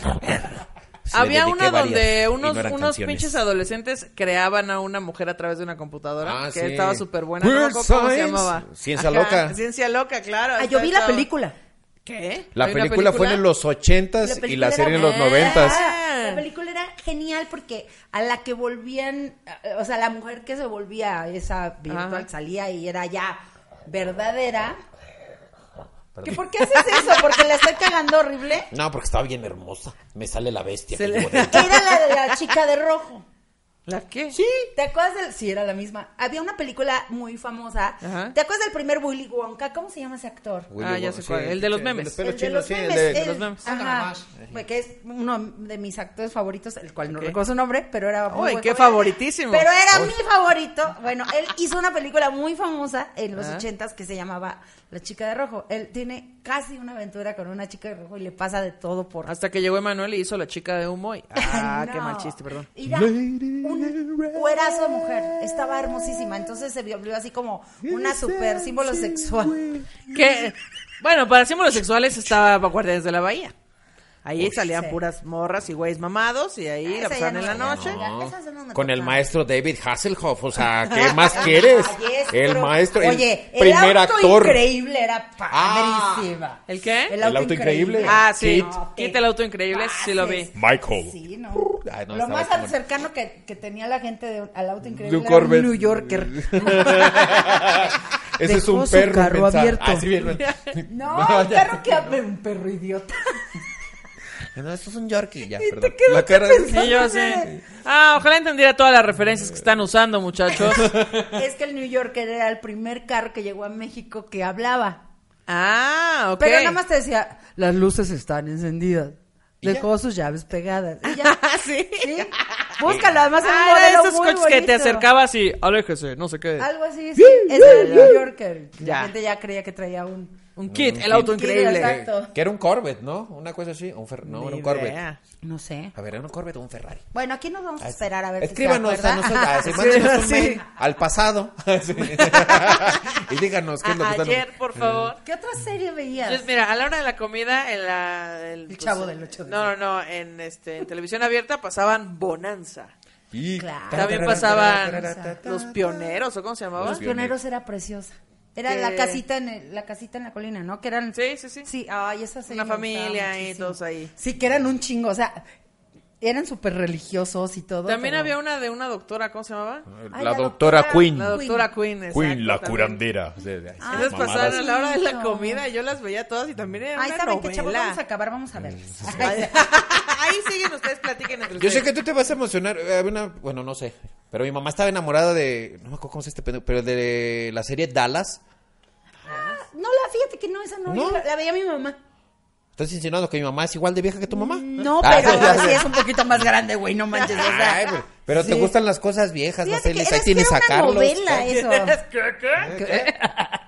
Sí, le Había dediqué una varias, donde y no unos, eran unos canciones. pinches adolescentes creaban a una mujer a través de una computadora Ah, que sí. estaba súper buena. Weird No me acuerdo ¿Cómo se Science. llamaba? Ciencia loca. Ciencia loca, claro. Ah, yo vi la Estaba- película. ¿Qué? La ¿Hay película, una fue en los 80s y película la serie en era- los 90s. Ah, La película era genial porque a la que volvían, eh, o sea, la mujer que se volvía esa virtual Ajá. que salía y era ya verdadera. ¿Que ¿Por qué haces eso? ¿Porque la estoy cagando horrible? No, porque estaba bien hermosa. Me sale la bestia. Se que le- llevo dentro. Que era la de la chica de rojo. ¿La qué? Sí. ¿Te acuerdas del.? Sí, era la misma. Había una película muy famosa. Ajá. ¿Te acuerdas del primer Willy Wonka? ¿Cómo se llama ese actor? Ah, ya sé cuál. El de los memes. El de El los pelos de chinos, los sí. el memes, de- el- los memes. ajá, Nada más. pues, que es uno de mis actores favoritos, el cual no Ok. recuerdo su nombre, pero era muy Uy, buen qué comediante. favoritísimo. Pero era mi favorito. Bueno, él hizo una película muy famosa en los Ajá. ochentas que se llamaba La chica de rojo. Él tiene casi una aventura con una chica de rojo y le pasa de todo por... Hasta que llegó Emanuel y hizo la chica de humo y... Ah, No. qué mal chiste, perdón. Era un cuerazo de mujer. Estaba hermosísima. Entonces se volvió así como una super símbolo sexual. Que, bueno, para símbolos sexuales estaba Guardianes de la Bahía. Ahí salían sí. puras morras y güeyes mamados y ahí Ah, la esa pasaban ya en no la la noche. conozco. No, Esas son donde Con el tocaban. maestro David Hasselhoff, o sea, ¿qué más quieres? Maestro. El maestro, Oye, el primer auto actor. increíble era Ah. padrísima. ¿El qué? El auto increíble. Ah, sí. No, Quita te el auto increíble, sí lo vi. pases. Michael. Sí, no. Ay, no, Lo estaba más como- cercano que, que tenía la gente de- al auto increíble De un era un Corvette. New Yorker. Ese es Dejó un su perro. carro mensaje. abierto. Ah, sí, bien. No, No, un ya. perro que habla un perro idiota. No, esto es un Yorkie, ya, Y te perdón. quedaste La cara pensando. Sí, yo sé. Ah, ojalá entendiera todas las referencias que están usando, muchachos. es que el New Yorker era el primer carro que llegó a México que hablaba. Ah, ok. Pero nada más te decía, las luces están encendidas. Dejó sus llaves pegadas. Y ya. sí. ¿Sí? Búscalo, además era un Ah, modelo era esos muy coches que te bonito. acercabas y aléjese, no sé qué. Algo así, sí. Ese era el New Yorker. Ya. La gente ya creía que traía un... Un kit, el auto kit, increíble. exacto. Que, que era un Corvette, ¿no? Una cosa así. Un Fer- No, Ni era un Corvette. idea. No sé. A ver, ¿era un Corvette o un Ferrari? Bueno, aquí nos vamos a esperar a ver si se Escríbanos acuerda. a nosotros, a- sí, Sí, mándenos un sí. mail al pasado Sí. y díganos qué es lo que A- están Ah, Ayer, por favor. ¿Qué otra serie veías? Yo, mira, a la hora de la comida, en la. El, pues, Chavo del Ocho de No, no, no. En, este, en televisión abierta pasaban Bonanza. Ah, Y- Claro. También pasaban Los Pioneros, ¿o cómo se llamaba? Los Pioneros era preciosa. Era Que- la casita en el- la casita en la colina, ¿no? Que eran Sí, sí, sí. Sí, ay, esa serie Una me familia gustaba ahí, muchísimo. todos ahí. Sí, que eran un chingo, o sea, eran súper religiosos y todo. También pero- había una de una doctora, ¿cómo se llamaba? Ay, La doctora Quinn. La doctora Queen. exacto, Queen, la también. curandera. Sí, sí, Ah, sí, Esas mamadas. pasaban a la hora de la Ay, comida y yo las veía todas y también era Ay, una ¿saben qué, novela. chavos? Vamos a acabar, vamos a Mm, ver. Ay, Ahí siguen ustedes, platiquen entre Yo ustedes. sé que tú te vas a emocionar. eh, había una- bueno, no sé. Pero mi mamá estaba enamorada de. No me acuerdo cómo se este pendejo. Pero de la serie Dallas. No, la fíjate que no, esa no, ¿No? yo La, la veía mi mamá. ¿Estás insinuando que mi mamá es igual de vieja que tu mamá? No, Ah, pero ya sí sé. es un poquito más grande, güey, no manches. O sea, Ay, pero- pero te Sí. gustan las cosas viejas, no Fíjate sé, que Liz, era, ahí es que tienes Eh, era a una Carlos. novela eso. ¿Qué, qué?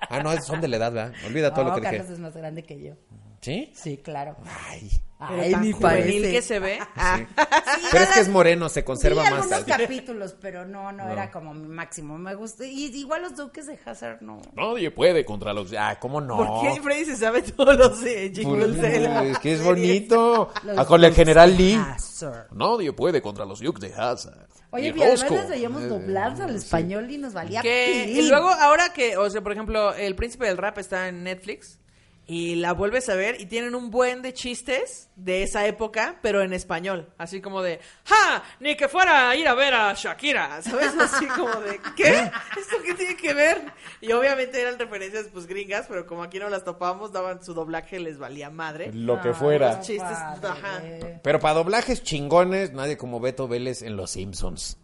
Ah, no, son de la edad, ¿verdad? Olvida todo No, lo que Carlos dije. es más grande que yo. ¿Sí? Sí, claro. Ay. Pero Ay, tan ni juvenil parece. Juvenil que se ve. Sí, Pero ya es que es las- moreno, se vi conserva Ah. algunos más. así. capítulos, pero no, no, era como mi máximo. Me gusta. Y igual los duques de Hazard no. Nadie puede contra los. Ah, ¿cómo no? ¿Por qué Freddy se sabe todos los eh, jingles de la Pues, es que es serie? bonito. Los Ah, con el Dukes general de Lee. Hazard. Nadie puede contra los Dukes de Hazard. Oye, El pero además Rosco. las veíamos dobladas al español y nos valía Que pilín. y luego ahora que, o sea, por ejemplo, El Príncipe del Rap está en Netflix y la vuelves a ver y tienen un buen de chistes de esa época, pero en español, así como de, ¡ja! Ni que fuera a ir a ver a Shakira, ¿sabes? Así como de, ¿qué? ¿Esto qué tiene que ver? Y obviamente eran referencias pues gringas, pero como aquí no las topábamos, daban su doblaje, les valía madre. Lo que Los Ah, fuera. chistes, padre. ajá. Pero para doblajes chingones, nadie como Beto Vélez en Los Simpsons.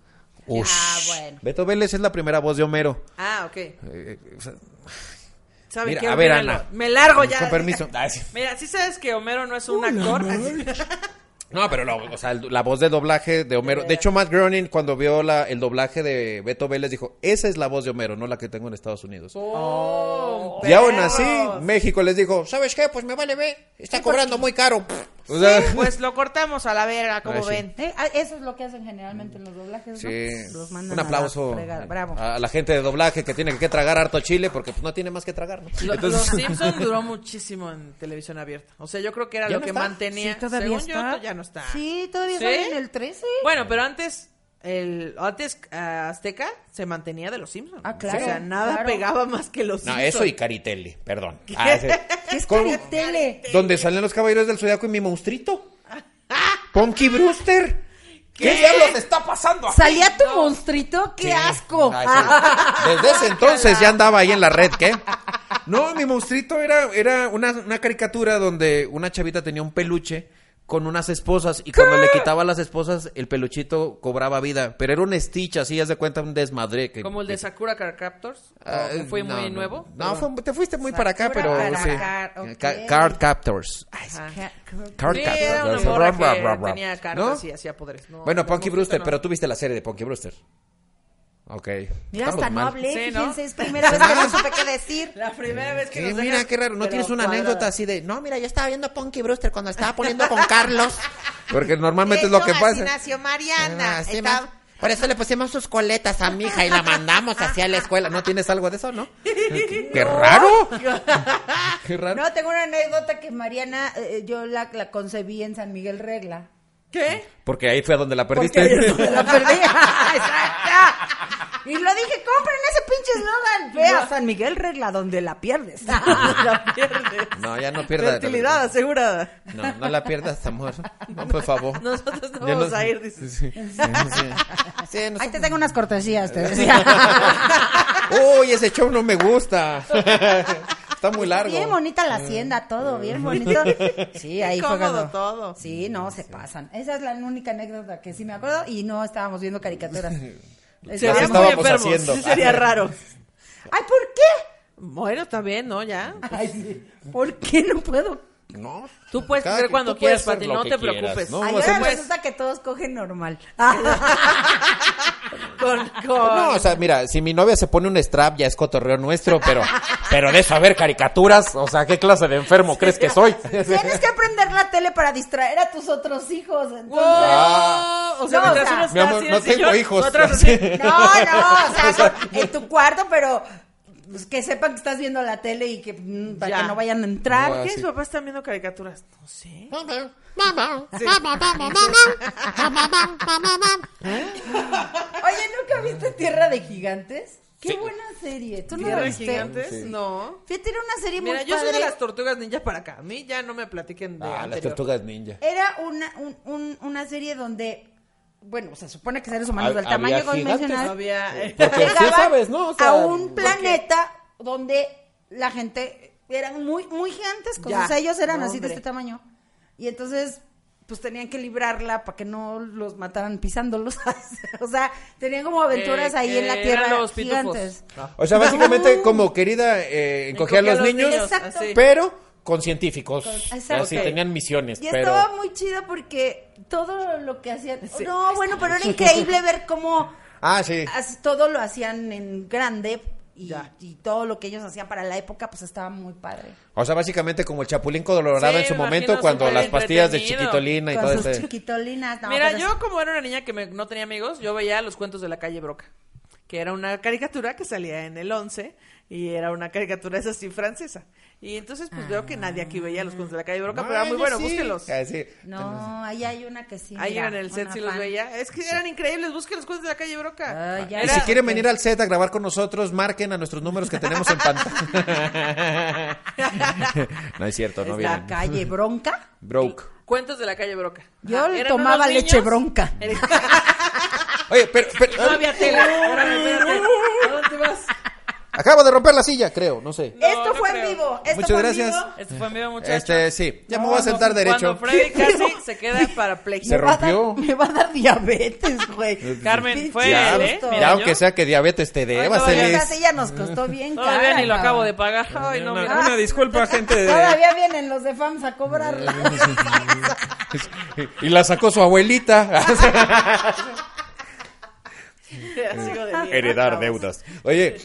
Ush. Ah, bueno. Beto Vélez es la primera voz de Homero. Ah, ok. Eh, eh, o sea, ¿Saben Mira, qué? a ver, Olvídalo. Ana. Me largo ya. Con permiso. Ah, sí. Mira, sí sabes que Homero no es un actor. Así- No, pero la, o sea, el- la voz de doblaje de Homero. De hecho, Matt Groening, cuando vio la, el doblaje de Beto Vélez, dijo: Esa es la voz de Homero, no la que tengo en Estados Unidos. Oh, y aún perros. así, México les dijo: ¿Sabes qué? Pues me vale ver. Está cobrando muy caro. O sea, Pues lo cortamos a la verga, como Ah, sí. ven. Eh, ah, Eso es lo que hacen generalmente en los doblajes, ¿no? sí. Los mandan Un a la aplauso Ah. fregada. Bravo. a la gente de doblaje que tiene que tragar harto chile porque pues, no tiene más que tragar. ¿no? Lo- Entonces- Los Simpsons duró muchísimo en televisión abierta. O sea, yo creo que era ¿Ya lo no que está? mantenía. Sí, todavía Según está. yo, ya no está. Sí, todavía ¿Sí? salen el 13. Bueno, pero antes, el antes ah, Azteca se mantenía de los Simpsons. Ah, claro, O sea, nada claro. pegaba más que los No, Simpsons. eso y Caritelli, perdón. Ah, ese- ¿Qué es ¿Cómo? Caritele? Donde salen los caballeros del zodiaco y mi monstruito. Ponky Brewster. ¿Qué, diablos está pasando aquí? ¿Salía tu monstruito? ¡Qué Sí. asco! Ah, Ay, sí. Desde ese entonces ya andaba ahí en la red, ¿qué? No, mi monstruito era, era una, una caricatura donde una chavita tenía un peluche con unas esposas y cuando le quitaba las esposas el peluchito cobraba vida. Pero era un Stitch, así, haz de cuenta, un desmadre. Que, Como el de Sakura Card Captors. Ah, que fue no, muy no. nuevo. No, fue- te fuiste muy para acá, pero Sakura para sí. acá, ok. Ca- Card Captors. Ay, sí. Card Sí, Captors. era una Ra, morra ra, que ra, ra. tenía ¿No? cartas y hacía poderes. No, Bueno, no, Punky no, Brewster, no. pero tú viste la serie de Punky Brewster. Ok. Mira, Estamos hasta no mal. hablé, Sí, ¿no? fíjense, es primera vez que no supe qué decir. La primera vez que Sí, nos mira, dejan- qué raro. No pero tienes una cuadrada. anécdota así de, no, mira, yo estaba viendo Punky Brewster cuando estaba poniendo con Carlos. Porque normalmente es lo que pasa. nació Ah, sí, más. Por eso le pusimos sus coletas a mi hija y la mandamos hacia la escuela. ¿No tienes algo de eso, no? ¡Qué, qué raro! ¡Qué raro! No, tengo una anécdota que Mariana, eh, yo la, la concebí en San Miguel Regla. ¿Qué? Porque ahí fue donde la perdiste. Me la perdí. Exacto. Y lo dije, compren ese pinche eslogan. Ve a San Miguel Regla donde la pierdes. La pierdes. No, ya no pierdas. Fertilidad asegurada. No, no la pierdas, amor. No, por favor. Nosotros no Ya vamos no- a ir, dices. Sí, sí, sí. Sí, Ahí nos- te tengo unas cortesías, te decía. Uy, ese show no me gusta. Está muy largo. Bien bonita la hacienda, todo bien bonito. Sí, ahí fue cómodo cuando- todo. Sí, no, se pasan. Esa es la única anécdota que sí me acuerdo y no estábamos viendo caricaturas. Este, Las Sería muy estábamos enfermos. haciendo. Sí, sería raro. Ay, ¿por qué? Bueno, está bien, ¿no? Ya. Ay, sí. ¿Por qué no puedo? No. Tú puedes Cada hacer que- cuando tú puedes quieras, Pati, hacer lo no que te quieras, preocupes. ¿no? Ay, O sea, ahora pues- resulta que todos cogen normal. Con, con... No, o sea, mira, si mi novia se pone un strap ya es cotorreo nuestro, pero pero de eso a ver caricaturas, o sea, ¿qué clase de enfermo crees que soy? Tienes que prender la tele para distraer a tus otros hijos. Entonces... ¡Wow! O sea, mientras No, o sea, uno está mi amor, así en no el tengo sillón, hijos. otros así. No, no, o sea, con- en tu cuarto, pero pues, que sepan que estás viendo la tele y que mm, para Ya. que no vayan a entrar. ¿Por qué Ah, sí. mis papás están viendo caricaturas? No sé. Oye, ¿nunca viste Tierra de Gigantes? Qué buena serie. ¿Tú no la ¿Tierra de viste? gigantes? No. Fíjate, era una serie Mira, muy yo soy de padre. las tortugas ninja para acá. A mí ya no me platiquen de Ah, las anterior. tortugas ninja. Era una, un- un- una serie donde, bueno, se supone que seres humanos Hab- del había tamaño gigantes, convencional Había... eh, Porque sí llegaban sabes, ¿no? O sea, a un porque- planeta donde la gente eran muy, muy gigantescos. Ya. O sea, ellos eran No, así de hombre. este tamaño. Y entonces, pues tenían que librarla para que no los mataran pisándolos. o sea, tenían como aventuras Eh, ahí en la que tierra eran los pitufos. gigantes. O sea, básicamente como querida eh, encogía a los niños, Exacto. así. pero con científicos. exacto. Así tenían misiones, Y pero estaba muy chida porque todo lo que hacían. Sí. No, bueno, pero era increíble ver cómo Ah, sí. así todo lo hacían en grande. y, Ya. y todo lo que ellos hacían para la época, pues estaba muy padre. O sea, básicamente como el Chapulín Colorado Sí, en su me momento, imagino cuando súper las pastillas de entretenido. chiquitolina y todo este Con sus ese. chiquitolinas. no, Mira, pues, yo como era una niña que me- no tenía amigos, yo veía los cuentos de la calle Broca, que era una caricatura que salía en el 11 y era una caricatura esa sí francesa. Y entonces pues veo que nadie aquí veía los cuentos de la calle Broca, pero era muy bueno, búsquenlos. Ah, sí. No, ahí hay una que sí. Ahí mira, en el set una sí los fan. veía. Es que eran increíbles, busquen los cuentos de la calle Broca. Ay, ya. Y Era- si quieren venir al set a grabar con nosotros, marquen a nuestros números que tenemos en pantalla. no es cierto, no La vienen. calle bronca. Broke. Cuentos de la calle Broca. Yo Ajá, le eran tomaba unos leche niños- bronca. Oye, pero, pero- No había tele. Espérame, Uh, espérate. ¿A dónde vas? acabo de romper la silla, creo, no sé. No, Esto no fue en creo. vivo. Esto Muchas fue en gracias. vivo. Este fue en vivo, muchachos. Este, sí, ya me voy a sentar derecho. Cuando Freddy casi se queda parapléjico. Se Me va a dar- rompió. Me va a dar diabetes, güey. Carmen, fue Pinche Ya, él, ¿eh? susto. Mira, ya yo aunque sea que diabetes te dé, Ay, vas a todavía ver. Esa silla nos costó bien Todavía cara, ni lo cabrón. acabo de pagar. Ay, no, Una, mira. una disculpa, gente de... Todavía vienen los de FAMS a Eh, cobrarla. Y la sacó su abuelita. Sigo de dieta, Heredar vamos. deudas. Oye,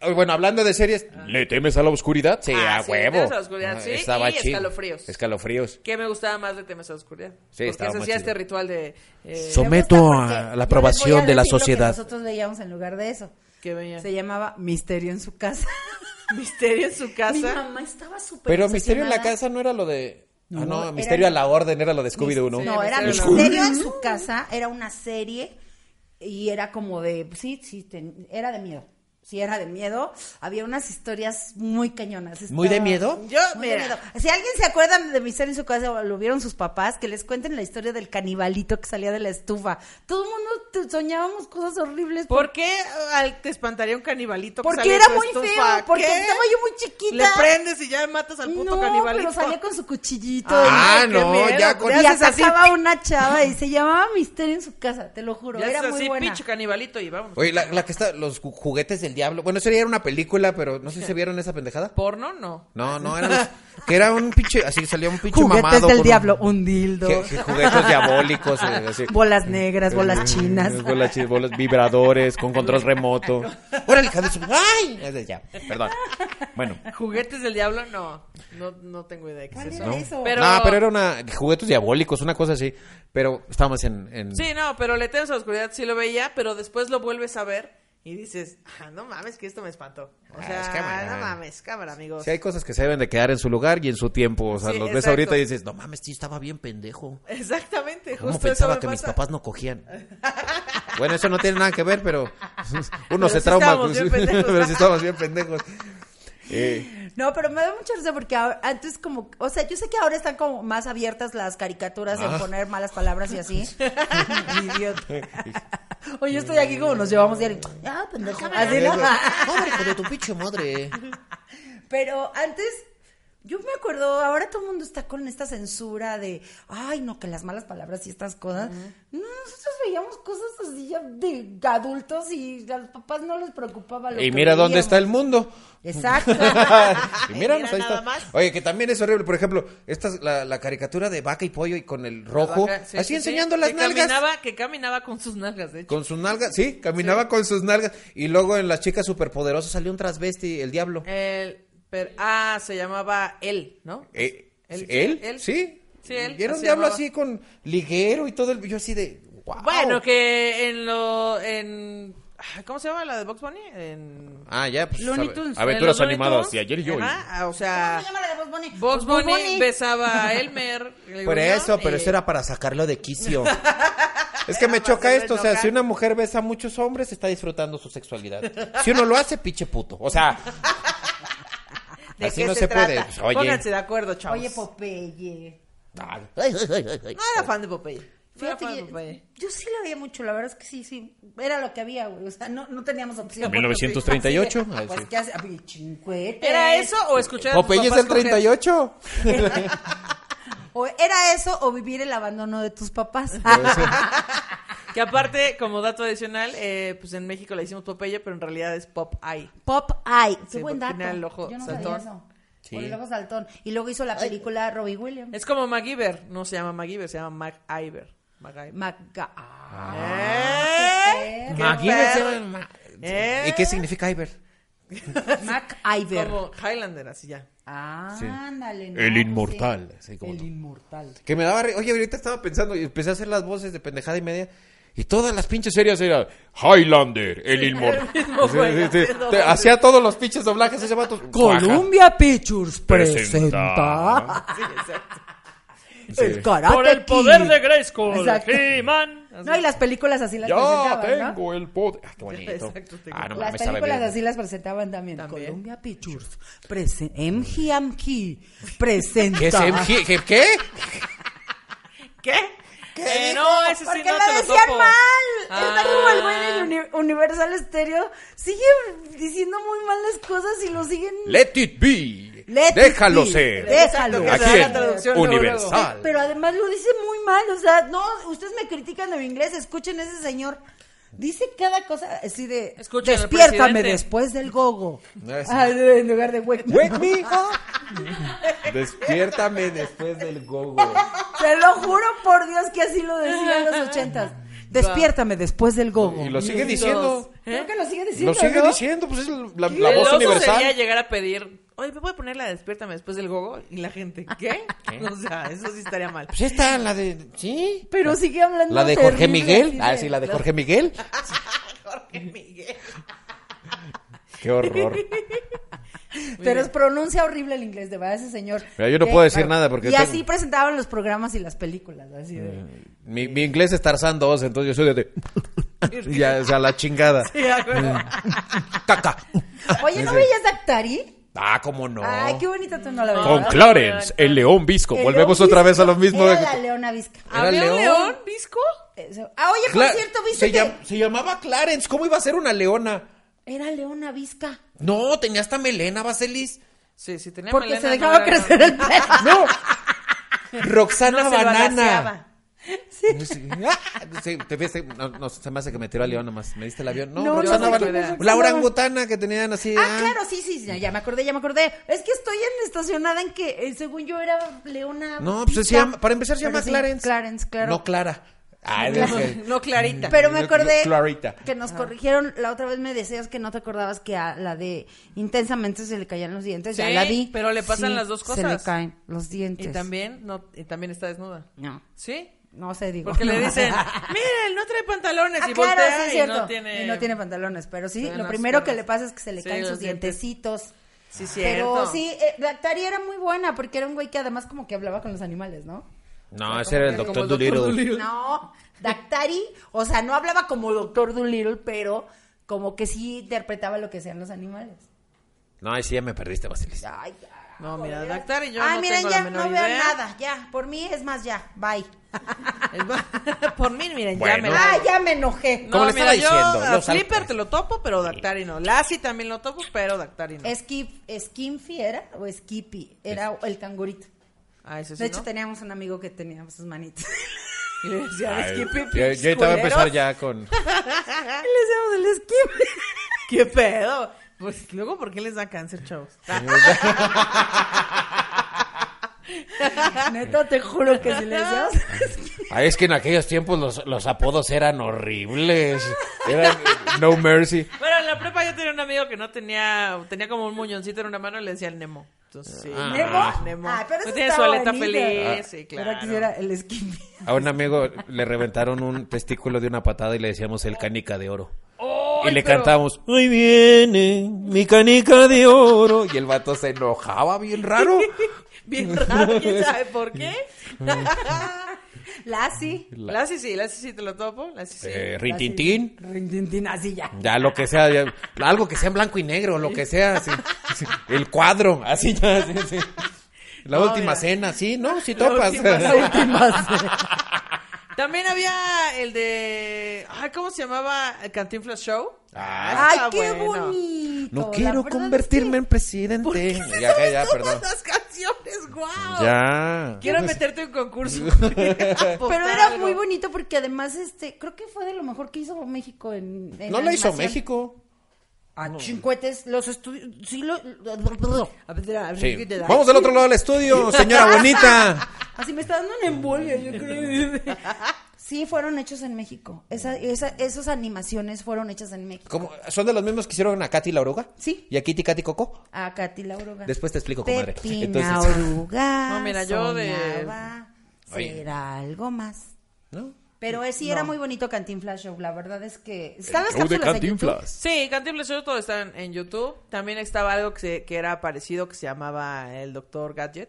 eh, bueno, hablando de series, ¿Le temes a la oscuridad? sí, Ah, a sí, huevo. Temes a la oscuridad, Ah, sí, estaba y chido. escalofríos. Escalofríos. Que me gustaba más de Temes a la Oscuridad. Porque estaba se más hacía chido. este ritual de... eh, Som- Someto Me gusta a porque la yo les voy aprobación a de la decir lo que sociedad. nosotros veíamos en lugar de eso. que venía. Se llamaba Misterio en su casa. Misterio en su Mi casa. mamá estaba súper Pues, Pero Misterio en la obsesionada. casa no era lo de... ah, no, era- Misterio a la Orden era lo de Scooby-Doo, ¿no? No, era Misterio en la Misterio en su casa, era una serie y era como de, sí, sí, ten- era de miedo. Sí, era de miedo. Había unas historias muy cañonas. ¿Muy de Estaba- miedo? Yo, Muy de miedo. mira. Si alguien se acuerda de Misterio en su casa o lo vieron sus papás, que les cuenten la historia del canibalito que salía de la estufa. Todo el mundo te- soñábamos cosas horribles. ¿Por qué eh, al- te espantaría un canibalito? que porque sale era de tu muy estufa? feo, porque ¿Qué? estaba yo muy chiquita. Le prendes y ya matas al puto no, canibalito. pero salía con su cuchillito. Ah, Ay, qué no, miedo, ya con... le y haces así, atacaba a una chava y se llamaba Misterio en su casa, te lo juro. Ya era haces muy así, buena. pinche canibalito y vámonos. Oye, la, la que está... Los ju- juguetes del diablo. Bueno, eso ya era una película, pero no sé si se vieron esa pendejada. ¿Porno? No. No, no, era... los- que era un pinche... Así salía un pinche Juguetes mamado. del con diablo, un- un dildo, que- que juguetes diabólicos, eh, así. Eh, bolas negras, bolas chinas. Bolas, chi- bolas- vibradores, con control remoto. Órale, hija de su- ¡Ay! Es de- Ya, perdón. Bueno. ¿Juguetes del diablo? No. No, no tengo idea de qué es ¿Cuál eso. era eso? Pero- No, pero era una... Juguetes diabólicos, una cosa así. Pero estábamos en... en- Sí, no, pero Le temes a la oscuridad sí lo veía, pero después lo vuelves a ver y dices, ah, no mames, que esto me espantó. O Ah, sea, es cámara. no mames, cámara, amigos. Sí, hay cosas que se deben de quedar en su lugar y en su tiempo. O sea, Sí, los ves exacto. ahorita y dices, no mames, tío, estaba bien pendejo. Exactamente, ¿Cómo justo eso pensaba me que mis pasa. papás no cogían? bueno, eso no tiene nada que ver, pero uno Pero se sí trauma. estábamos bien pendejos. pero sí estábamos bien pendejos. Eh, No, pero me da mucha risa porque ahora- antes como, o sea, yo sé que ahora están como más abiertas las caricaturas Ah. en poner malas palabras y así. Idiota. Oye, yo estoy aquí como nos llevamos diario. Ah, pendejo. Así, ¿no? Pobre hijo de tu pinche madre. Pero antes, yo me acuerdo, ahora todo el mundo está con esta censura de, ay, no, que las malas palabras y estas cosas. No, nosotros veíamos cosas así ya de adultos y a los papás no les preocupaba lo Y que mira dónde veíamos. está el mundo. Exacto. y míranos, mira ahí nada está. más. Oye, que también es horrible. Por ejemplo, esta es la, la caricatura de vaca y pollo y con el rojo. Vaca, sí, así sí, enseñando sí, las que nalgas. Caminaba, que caminaba con sus nalgas, de hecho. Con sus nalgas, sí, caminaba con sus nalgas. Y luego en las chicas superpoderosas salió un transvesti, el diablo. El- pero- ah, se llamaba él, ¿no? Eh, él, ¿Él? sí, él. Sí. Sí, él, Y era un así diablo llamaba. así con liguero y todo el. Yo así de. Wow. Bueno, que en lo... En, ah, ¿Cómo se llama la de Box Bunny? En... Ah, ya, pues. Looney sabe- Tunes. Aventuras En los Looney animadas, Tunes. y ayer y hoy. Ajá, ah, o sea... ¿Cómo se llama la de Bugs Bunny? Box Pues, Bunny, besaba a Elmer. el Por gruñón, eso, pero y- eso era para sacarlo de quicio. Es que eh, me Era choca para esto, o sea, enojar. si una mujer besa a muchos hombres, está disfrutando su sexualidad. Si uno lo hace, pinche puto. O sea, ¿De así qué no se, se puede. trata? Pues, oye. Pónganse de acuerdo, chavos. Oye, Popeye. ay, ay, ay, ay, ay. no era fan de Popeye. No era Fíjate, fan de yo, Popeye. yo sí la veía mucho, la verdad es que sí, sí, era lo que había, güey, o sea, no, no teníamos opción. 1938, Así de, ah, sí. Pues, ¿qué hace? Ah, chincuete. ¿Era eso o escuchar a tus Popeye es papás del coger? 38. O era eso o vivir el abandono de tus papás. Que aparte, como dato adicional, eh, pues en México le hicimos Popeye, pero en realidad es Popeye. Pop Eye. Qué Sí, buen porque dato. tenía el ojo Yo no saltón. sabía eso. Por el ojo saltón. Y luego hizo la película Robbie Williams. Es como MacGyver. No se llama MacGyver, se llama MacIver. MacGyver. Maga. ¿Eh? Qué qué Ah, Imagínense, perro. ma- ¿Eh? ¿Y qué significa Iber? MacIver. Como Highlander, así ya. Ah, Sí. ándale. no, El pues inmortal. así como El tú. inmortal. Que me daba. re- Oye, ahorita estaba pensando y empecé a hacer las voces de pendejada y media. Y todas las pinches series eran Highlander, el inmortal. el mismo güey Sí, sí, sí. haciendo Te- voces. Hacía todos los pinches doblajes ese vato. Columbia Pictures presenta Presenta. Sí, exacto. el karate Por el poder Kid. de Grayskull. Exacto. He-Man. No, y las películas así las Yo presentaban, ¿no? tengo el poder. Ah, qué bonito. Exacto, tengo- Ah, no Las mames, sabe películas bien. así las presentaban también. También. Columbia Pictures presen MGMG presenta. ¿Qué es MG? ¿Qué? ¿Qué? ¿Qué? Eh, no, ese sí Porque no te la lo decían topo. mal. Está como el güey Ah. del Uni- Universal Stereo. Sigue diciendo muy mal las cosas y lo siguen. Let it be. Let it Déjalo be. ser. Déjalo. Que se Aquí haga en traducción luego, Universal. Pero además lo dice muy mal. O sea, no, ustedes me critican de mi inglés. Escuchen a ese señor. Dice cada cosa así de. Escuchen al Despiértame presidente". después del gogo. No es- Ah, en lugar de wake me Wake up". me up. Despiértame después del gogo. Te lo juro por Dios que así lo decía en los ochentas. Despiértame después del gogo. Y lo sigue Los- diciendo. ¿Eh? Creo que lo sigue diciendo. Lo sigue ¿no? diciendo, pues es la, la El voz oso sería universal. llegar a pedir, oye, ¿me puede poner la de despiértame después del gogo? Y la gente, ¿qué? O sea, eso sí estaría mal. Pues esta, la de. ¿Sí? Pero sigue hablando. Ah. La de terrible, Jorge Miguel. así Ah, de- sí, la de Jorge Miguel. Jorge Miguel. Qué horror. Pero es pronuncia horrible el inglés, de verdad, ese señor. Mira, yo no Qué puedo decir bárbaro. nada porque Y tengo- así presentaban los programas y las películas, así de. Mi, mi inglés es Tarzán 2, entonces yo soy de. ya, o sea, la chingada. Ya, güey. Mm. Caca. Oye, ¿no Ese- veías Dactari? Ah, cómo Eh, no. Ay, qué bonita tú no la veías. Con ¿verdad? Clarence, el león visco. El Volvemos León otra Visco vez a lo mismo. Era la Leona Vizca. Ah, ¿Era ¿Había un león? león, Visco? Eso. Ah, oye, por Cla- cierto, viste se, que. llam- se llamaba Clarence. ¿Cómo iba a ser una leona? Era Leona Vizca. Ah, No, tenía hasta melena, Baselis. Sí, sí, tenía Porque melena, se pues no dejaba era- crecer el pelo. No. Roxana No se lo Banana. alaciaba. Ah, sí, te ves- no, no, se me hace que me tiró a León nomás. ¿Me diste el avión? No, No, Roxana no, Banana. no, no, no, La no. orangutana que tenían así. Ah, claro, sí, sí, sí, ya me acordé, ya me acordé. Es que estoy en estacionada en que, eh, según yo, era Leona. No, pues se Vizca. llama, para empezar se Pero llama sí, Clarence. Clarence, claro. No Clara. Ah, es que- No, Clarita. Pero me Yo- yo- acordé Clarita. que nos corrigieron la otra vez me decías que no te acordabas que a la de intensamente se le caían los dientes, ya Sí, la vi. pero le pasan Sí, las dos Se le cosas. caen los dientes. Y también, no, y también está desnuda. no, ¿Sí? no sé, digo. Porque le dicen, miren, no trae pantalones. Ah, y claro, voltea sí es y cierto. no tiene... pantalones, pero sí, Se ven lo las primero que piernas. le pasa es que se le Sí, caen los sus dientes. dientecitos. Sí, cierto. Pero sí, eh, Dactari era muy buena porque era un güey que además como que hablaba con los animales, ¿no? No, ese era el Como doctor el Dr. Dolittle. Dolittle. No, Dactari, o sea, no hablaba como Doctor Dolittle, pero como que sí interpretaba lo que sean los animales. No, ahí sí ya me perdiste, Basilis. Ay, No, mira, Dactari, yo Ay, no miren, tengo ya, la menor no veo idea. nada, ya. Por mí es más, ya, bye. Es va- Por mí, miren, ya Bueno. me Ah, ya me enojé. No, Como le estaba mira, diciendo, Yo, a los Flipper altos. te lo topo, pero Dactari no. Lassie también lo topo, pero Dactari no. Skip, Skinfy era o Skippy, era el cangurito. Ah, ese sí, De hecho, ¿no? teníamos un amigo que tenía sus manitas. Y le decía, Ay, Skippy, yo, pinches yo ahorita voy a empezar culeros. ya con. Y le decíamos el Skippy. ¿Qué pedo? Pues luego, ¿por qué les da cáncer, chavos? pues Neta, te juro que si le decíamos. Ah, Ay, Ah, es que en aquellos tiempos los, los apodos eran horribles. Eran eh, No Mercy. Bueno, en la prepa yo tenía un amigo que no tenía, tenía como un muñoncito en una mano y le decía el Nemo. Entonces, sí. Ah. ¿Nemo? Nemo. Ay, pero no eso tiene está su aleta bonito. feliz, sí, claro. Ahora quisiera el Skippy. A un amigo le reventaron un testículo de una patada y le decíamos el canica de oro. y le cantábamos, ¡Ahí viene mi canica de oro! Y el vato se enojaba bien raro. Bien raro, quién sabe por qué. Lassie. Lassie sí, Lassie sí te lo topo, Lassie sí. Eh, Rintintín. Rintintín, así ya. Ya, lo que sea, ya, algo que sea en blanco y negro, lo que sea, sí, sí, el cuadro, así ya, sí, sí. La última mira. cena, sí, ¿no? Sí La topas. última La última cena. También había el de. Ay, ¿cómo se llamaba? El Cantinflas Show. Ah. Ay, está qué bueno. bonito. No La quiero verdad es convertirme en que- presidente. Ya, ya, ya, perdón. Todas las canciones, wow. Ya. Quiero meterte en concurso. Pero era muy bonito porque además, este, creo que fue de lo mejor que hizo México en. en No lo hizo animación. México. Ah, chincuetes, los estudios. Sí, lo. Sí. Vamos del otro lado del estudio, señora bonita. Así me está dando una embolia, yo creo. Sí, fueron hechos en México. Esa, esa- esas animaciones fueron hechas en México. ¿Cómo? ¿Son de los mismos que hicieron a Katy la oruga? Sí. Ah. ¿Y a Kitty Katy Coco? A Katy la oruga. Después te explico, comadre. Pepina Entonces- oruga. No, mira, yo de- soñaba Oye. ser algo más. ¿No? Pero eh, sí era muy bonito Cantinflas Show, la verdad es que... ¿Están las Show de cápsulas de YouTube? Cantinflas. Sí, Cantinflas Show todo está en, en YouTube. También estaba algo que, se- que era parecido que se llamaba el Doctor Gadget.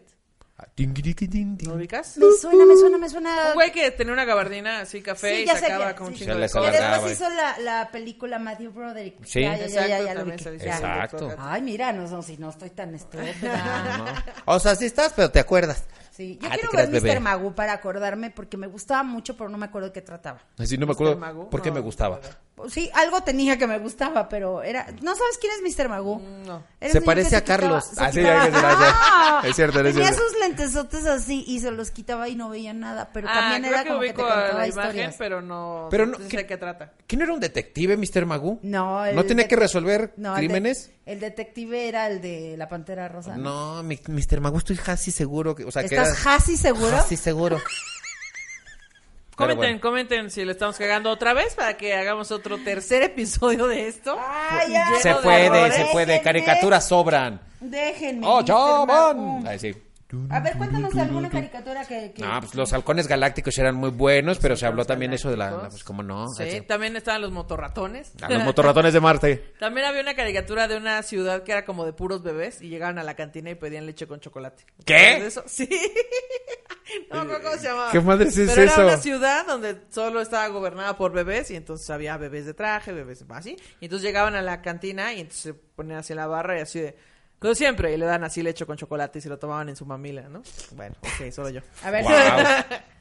¿Lo ubicas? Me suena, me suena, me suena... Un güey que tenía una gabardina así café Sí, y ya sé sacaba que- con un sí. chingo Se de les Que cosas. alargaba. después hizo la, la película Matthew Broderick. Sí. ya, ya, ya, ya, Exacto, ya lo también ubiqué. se dice Ya. Exacto. Doctor Gadget. Ay, mira, no, no, si no estoy tan estúpida. O sea, sí estás, pero te acuerdas. Sí, yo Ah, te quiero creas, ver bebé. Mr. Magoo para acordarme porque me gustaba mucho, pero no me acuerdo de qué trataba. Así no me Mago? acuerdo por qué No, me gustaba. Pues Sí, algo tenía que me gustaba, pero era. ¿No sabes quién es Mr. Magoo? Mm, No. Era un Se señor parece que a se quitaba- Carlos. se Ah, sí, quitaba- ya, ya, ya, ya. ¡Ah! Es cierto, es Tenía cierto. sus lentesotes así y se los quitaba y no veía nada, pero Ah, también creo era que como que te ubico a contaba la imagen, historias. pero no, Pero no- sé ¿qué- de qué trata. ¿Quién era un detective, Mr. Magoo? No, el ¿No tenía de- que resolver No, el de- crímenes? El, detective era el de la Pantera Rosa. No, mi- Mr. Magoo estoy casi seguro. Que, o sea, que ¿Estás era- casi seguro? Casi Ah, seguro. Pero Comenten, bueno. comenten si le estamos cagando otra vez para que hagamos otro tercer episodio de esto. Ay, ay, Se de puede, errores. se puede. Déjenme. Caricaturas sobran. Déjenme. ¡Oh, Mr. ya Magoo. van! Ay, sí. A ver, cuéntanos de alguna caricatura que. que- No, pues los halcones galácticos eran muy buenos, pero se habló también eso de la... la- Pues cómo no. Sí, Ay, sí. también estaban los motorratones. A los motorratones de Marte. También había una caricatura de una ciudad que era como de puros bebés y llegaban a la cantina y pedían leche con chocolate. ¿Qué? ¿Recuerdas de eso? Sí. no me acuerdo cómo se llamaba. ¿Qué madres es Pero eso? era una ciudad donde solo estaba gobernada por bebés y entonces había bebés de traje, bebés así. Y entonces llegaban a la cantina y entonces se ponían así en la barra y así de... Como siempre, y le dan así leche con chocolate y se lo tomaban en su mamila, ¿no? Bueno, ok, solo yo. A ver, Wow.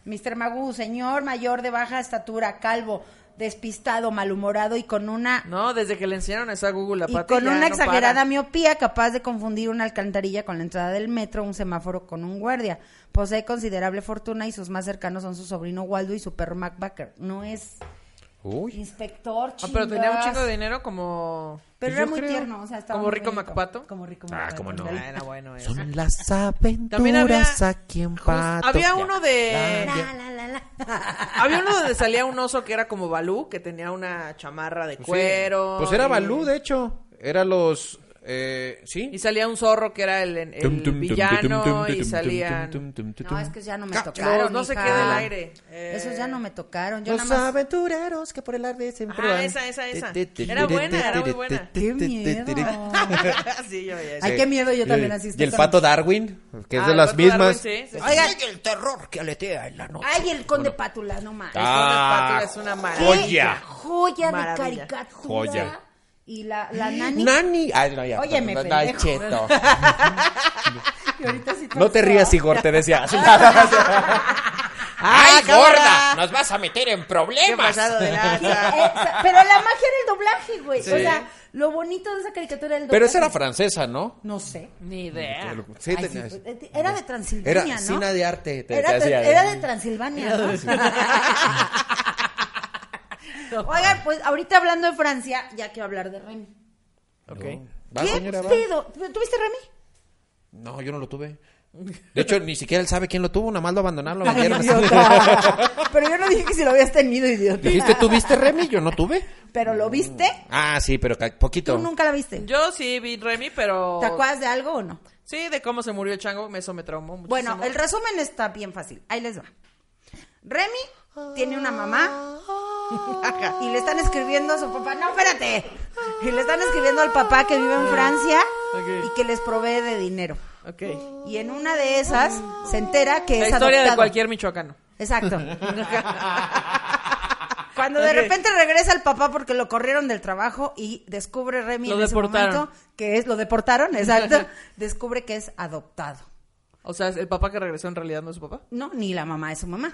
Mr. Magoo, señor mayor de baja estatura, calvo, despistado, malhumorado y con una No, desde que le enseñaron eso a Google la y pata con ya una no exagerada para. miopía capaz de confundir una alcantarilla con la entrada del metro, un semáforo con un guardia. Posee considerable fortuna y sus más cercanos son su sobrino Waldo y su perro MacBacker. No es Uy. inspector, Ah, pero tenía un chingas. chingo de dinero como... pues Pero Yo era muy creo. tierno, o sea, estaba ¿Como muy Rico bonito. MacPato? Como rico Ah, MacPato. cómo no. ándale. Ah, era bueno eso. Son las También había- aventuras aquí en Jus- Pato. había uno de- La, la, la, la. Había uno donde salía un oso que era como Balú, que tenía una chamarra de cuero. Pues era y- Balú, de hecho. Era los... Eh, Y ¿Sí? salía un zorro que era el, el villano y salían... No, es que ya no me Ca- tocaron. no se hija. queda el aire. Eh, Esos ya no me tocaron. Yo Los nada más. aventureros que por el arte siempre Ah, van. esa, esa, esa. Era buena, era muy buena. ¡Qué miedo! sí, yo veía eso. Ay, qué miedo, yo también así eh, Y estoy el con- pato Darwin, que es Ah, de el las Pato Darwin, mismas. sí, sí, sí. Oigan, el terror que aletea en la noche. Ay, el conde Pátula, no más. Ah, es una mala. ¡Qué joya. Joya de Maravilla. caricatura. Joya. Y la, la nani. Nani. Ay, no, ya. Óyeme, perdón, ay, pendejo. cheto. que ahorita sí No te pasó. rías, Igor, te decía. ¡Ay, gorda! ¡Nos vas a meter en ¿Qué pasado de Eh, esa- pero la magia era el doblaje, güey. O sea, lo bonito de esa caricatura era el doblaje. Pero esa era francesa, ¿no? No sé. Ni idea. Sí, Eh. Ay, tenía- sí, eh, era de Transilvania, Era ¿no? cine de arte. te- Era, te de- hacía- era de Transilvania, ¿no? Oigan, pues ahorita hablando de Francia, ya quiero hablar de Remy. Ok. Va, ¿Qué señora, va. pedo? ¿Tuviste Remy? No, yo no lo tuve. De hecho, ni siquiera él sabe quién lo tuvo. Nada más lo abandonaron. lo Ay, vendieron. idiota. Ah, Pero yo no dije que si lo habías tenido, idiota. Dijiste, ¿tú viste Remy? Yo no tuve. ¿Pero lo viste? Ah, sí, pero ca- ¿Tú poquito. nunca la viste? Yo sí vi Remy, pero... ¿Te acuerdas de algo o no? Sí, de cómo se murió el chango, eso me traumó muchísimo. Bueno, el resumen está bien fácil. Ahí les va. Remy tiene una mamá Ah. y le están escribiendo a su papá. No, espérate. Y le están escribiendo al papá que vive en Francia Ok. y que les provee de dinero. Ok. Y en una de esas se entera que La es historia adoptado. de cualquier michoacano. Exacto. Cuando de Ok. repente regresa el papá porque lo corrieron del trabajo y descubre Remy Lo en ese deportaron. momento que es lo deportaron, exacto, descubre que es adoptado. O sea, el papá que regresó en realidad no es su papá. No, ni la mamá de su mamá.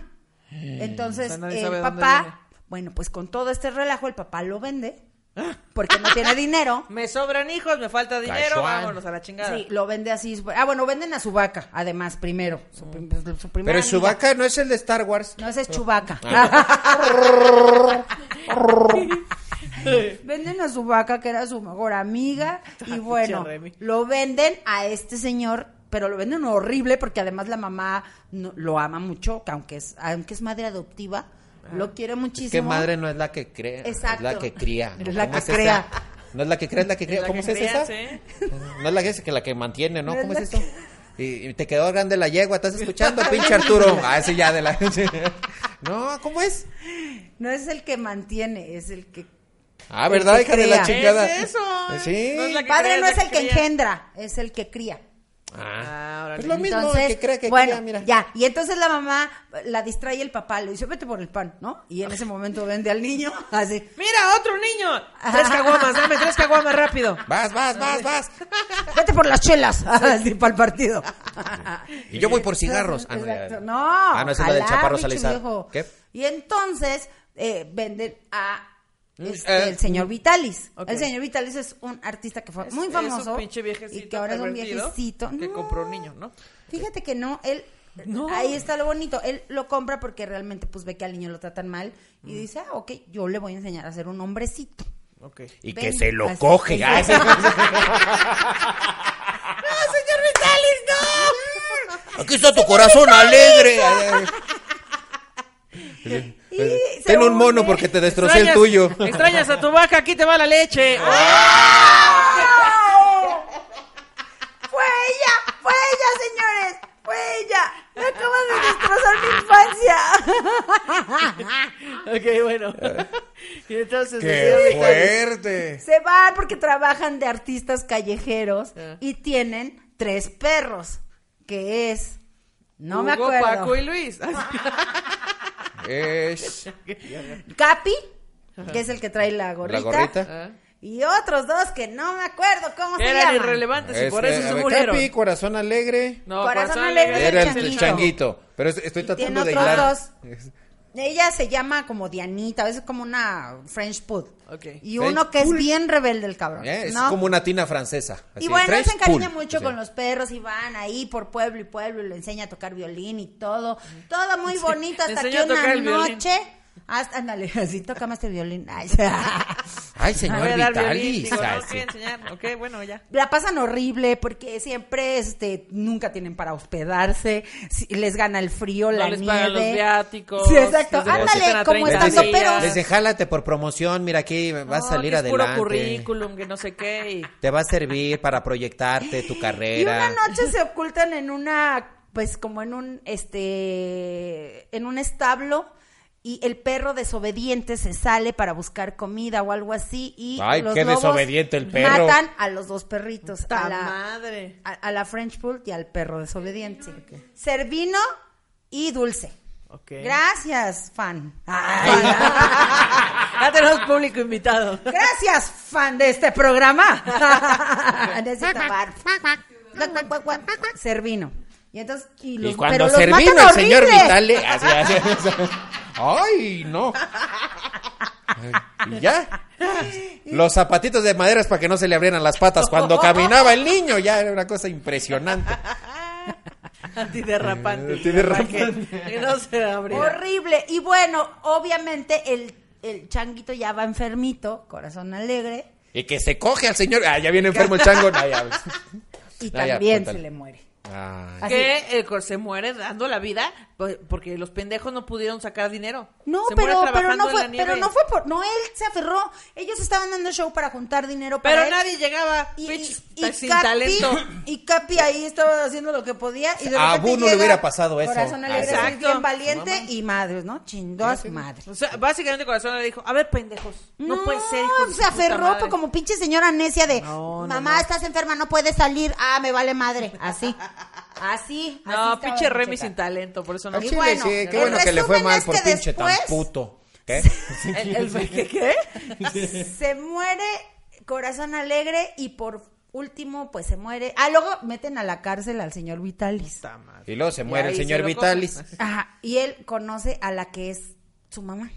Entonces, Eh, O sea, nadie el sabe dónde viene. Ah. papá, bueno, pues con todo este relajo, el papá lo vende porque no tiene dinero. Me sobran hijos, me falta dinero, Casual. vámonos a la chingada. Sí, lo vende así. Ah, bueno, venden a su vaca, además, primero. Su, prim- su primera Pero amiga. su vaca no es el de Star Wars. No, ese es Chubaca. Ah. venden a su vaca, que era su mejor amiga, y bueno, Remy. lo venden a este señor, pero lo venden horrible porque además la mamá no- lo ama mucho, que aunque es, aunque es madre adoptiva, Ah. Lo quiero muchísimo. Es que madre no es la que crea, Exacto. es la que cría. ¿no? Es la ¿Cómo que esa? crea. No es la que crea, es la que cría. La ¿Cómo que es esa? creas, ¿eh? No es la que es que la que mantiene, ¿no? No es ¿Cómo la es eso? Y, y te quedó grande la yegua, ¿estás escuchando, pinche Arturo? Ah, sí, ya de la... No, ¿cómo es? No es el que mantiene, es el que. Ah, ¿verdad, que hija de la crea. chingada? Es eso. Sí. No es la que Padre crea, no es el que cría. engendra, es el que cría. Ah, Ah, órale. pues lo mismo, Entonces, el que cree que bueno, crea, mira. ya. Y entonces la mamá la distrae el papá, le dice, vete por el pan, ¿no? Y en ese momento vende al niño, así. Mira, otro niño. Tres caguamas, dame tres caguamas rápido. Vas, vas, vas, vas. Vete por las chelas, así, para el partido. Y yo voy por cigarros. Ah, no, ya. Exacto. No, Ah, no, esa es la del ojalá, Chaparro bicho Salazar. viejo. ¿Qué? Y entonces eh, venden a este, eh. el señor Vitalis. Mm, Ok. El señor Vitalis es un artista que fue Es- muy es famoso. un pinche viejecito y que ahora es un pervertido viejecito. Que No, compró un niño, ¿no? Fíjate que no, él. No. Ahí está lo bonito. Él lo compra porque realmente pues ve que al niño lo tratan mal y dice, ah, ok, yo le voy a enseñar a ser un hombrecito. Ok. Y Ven, que se lo así. coge. Ah, ese- ¡Señor Vitalis, no! Aquí está tu corazón alegre. Y se Pues, Ten un mono une. porque te destrocé el tuyo. Extrañas a tu vaca, aquí te va la leche. ¡Fue ella! ¡Fue ella, señores! ¡Fue ella! ¡Me acabas de destrozar mi infancia! Ok, bueno. y entonces. ¡Qué decía- fuerte! Se van porque trabajan de artistas callejeros Ah. y tienen tres perros, que es... No me Hugo, acuerdo. Ah. Paco y Luis. Es... Capi, que es el que trae la gorrita. gorrita. Y otros dos que no me acuerdo cómo se ¿eh? Eran llaman. pues, irrelevantes y es- por eh, eso a se ver, murieron. Capi, corazón alegre. No, Corazón corazón alegre alegre. Era el changuito. changuito. Pero es- estoy Tiene tratando de otros hilar. dos. Ella se llama como Dianita, es como una French Pud. Ok. Y French uno que es Poodle. bien rebelde el cabrón. Eh, Es ¿no? como una tina francesa. así, Y bueno, él French se encariña pool, mucho así. con los perros y van ahí por pueblo y pueblo y le enseña a tocar violín y todo. Todo muy bonito le hasta que enseña a tocar una el violín. noche. Hasta, ándale, así tocame este violín. Ay, sí. Ay, Voy señor a dar violín. Vitalis. Digo, ay, no, sí. quiero enseñar. Ok, bueno, ya. La pasan horrible porque siempre, este, nunca tienen para hospedarse, si- les gana el frío, No la les nieve. pagan los viáticos, Sí, exacto. les depositan Ándale, a como 30 estando días. peros. Les Desde jálate por promoción, mira aquí vas No, a salir que es adelante. puro currículum, que no sé qué. y- Te va a servir para proyectarte tu Y una carrera. noche se ocultan en una, pues como en un, este, en un establo y el perro desobediente se sale para buscar comida o algo así y Ay, los qué lobos desobediente el perro. matan a los dos perritos, a ¡Ta la, madre! a, a la French Bull y al perro desobediente. Servino y dulce. Ok. Gracias, fan. ya tenemos público invitado. Gracias, fan de este programa. Necesito bar. Servino. Y entonces, y, los, y cuando pero los servino matan el señor horrible. Vitale. así, así, así. Ay, no. Y ya. Los zapatitos de maderas para que no se le abrieran las patas cuando caminaba el niño. Ya era una cosa impresionante. Antiderrapante. Antiderrapante. Para Que, que no se abrirá. Horrible. Y bueno, obviamente el, el changuito ya va enfermito, corazón alegre, Y que se coge al señor. Ah, ya viene enfermo el chango. No, ya. y Ah, ya, también cuéntale. se le muere. Ay. Así. Que el cor- se muere dando la vida po- porque los pendejos no pudieron sacar dinero. No, Se muere pero, pero trabajando no en fue, la nieve. pero no fue por, no, él se aferró. Ellos estaban dando show para juntar dinero para Pero él. nadie llegaba. Y, bitch, y- y sin Capi, talento. y Capi ahí estaba haciendo lo que podía. Y de A repente Abu no le llega hubiera pasado eso. Corazón alegre, Exacto. soy bien valiente y madres, ¿no? Chindos madres. O sea, básicamente Corazón le dijo, a ver, pendejos, no, puede ser. hijo de pues, se su puta aferró madre". como pinche señora necia de No, no, mamá, no. estás enferma, no puedes salir. Ah, me vale madre. Así. Así. No, así pinche estaba Remy Checa. sin talento, por eso no. Al Y chile, bueno, sí, qué el bueno que le fue resumen mal es por que pinche después- tan puto. ¿Qué? El, el- ¿qué, qué? se muere Corazón Alegre y por último, pues se muere. Ah, luego meten a la cárcel al señor Vitalis. Puta madre. Y luego se muere el ahí se señor lo pues. Vitalis. Ajá, y él conoce a la que es su mamá.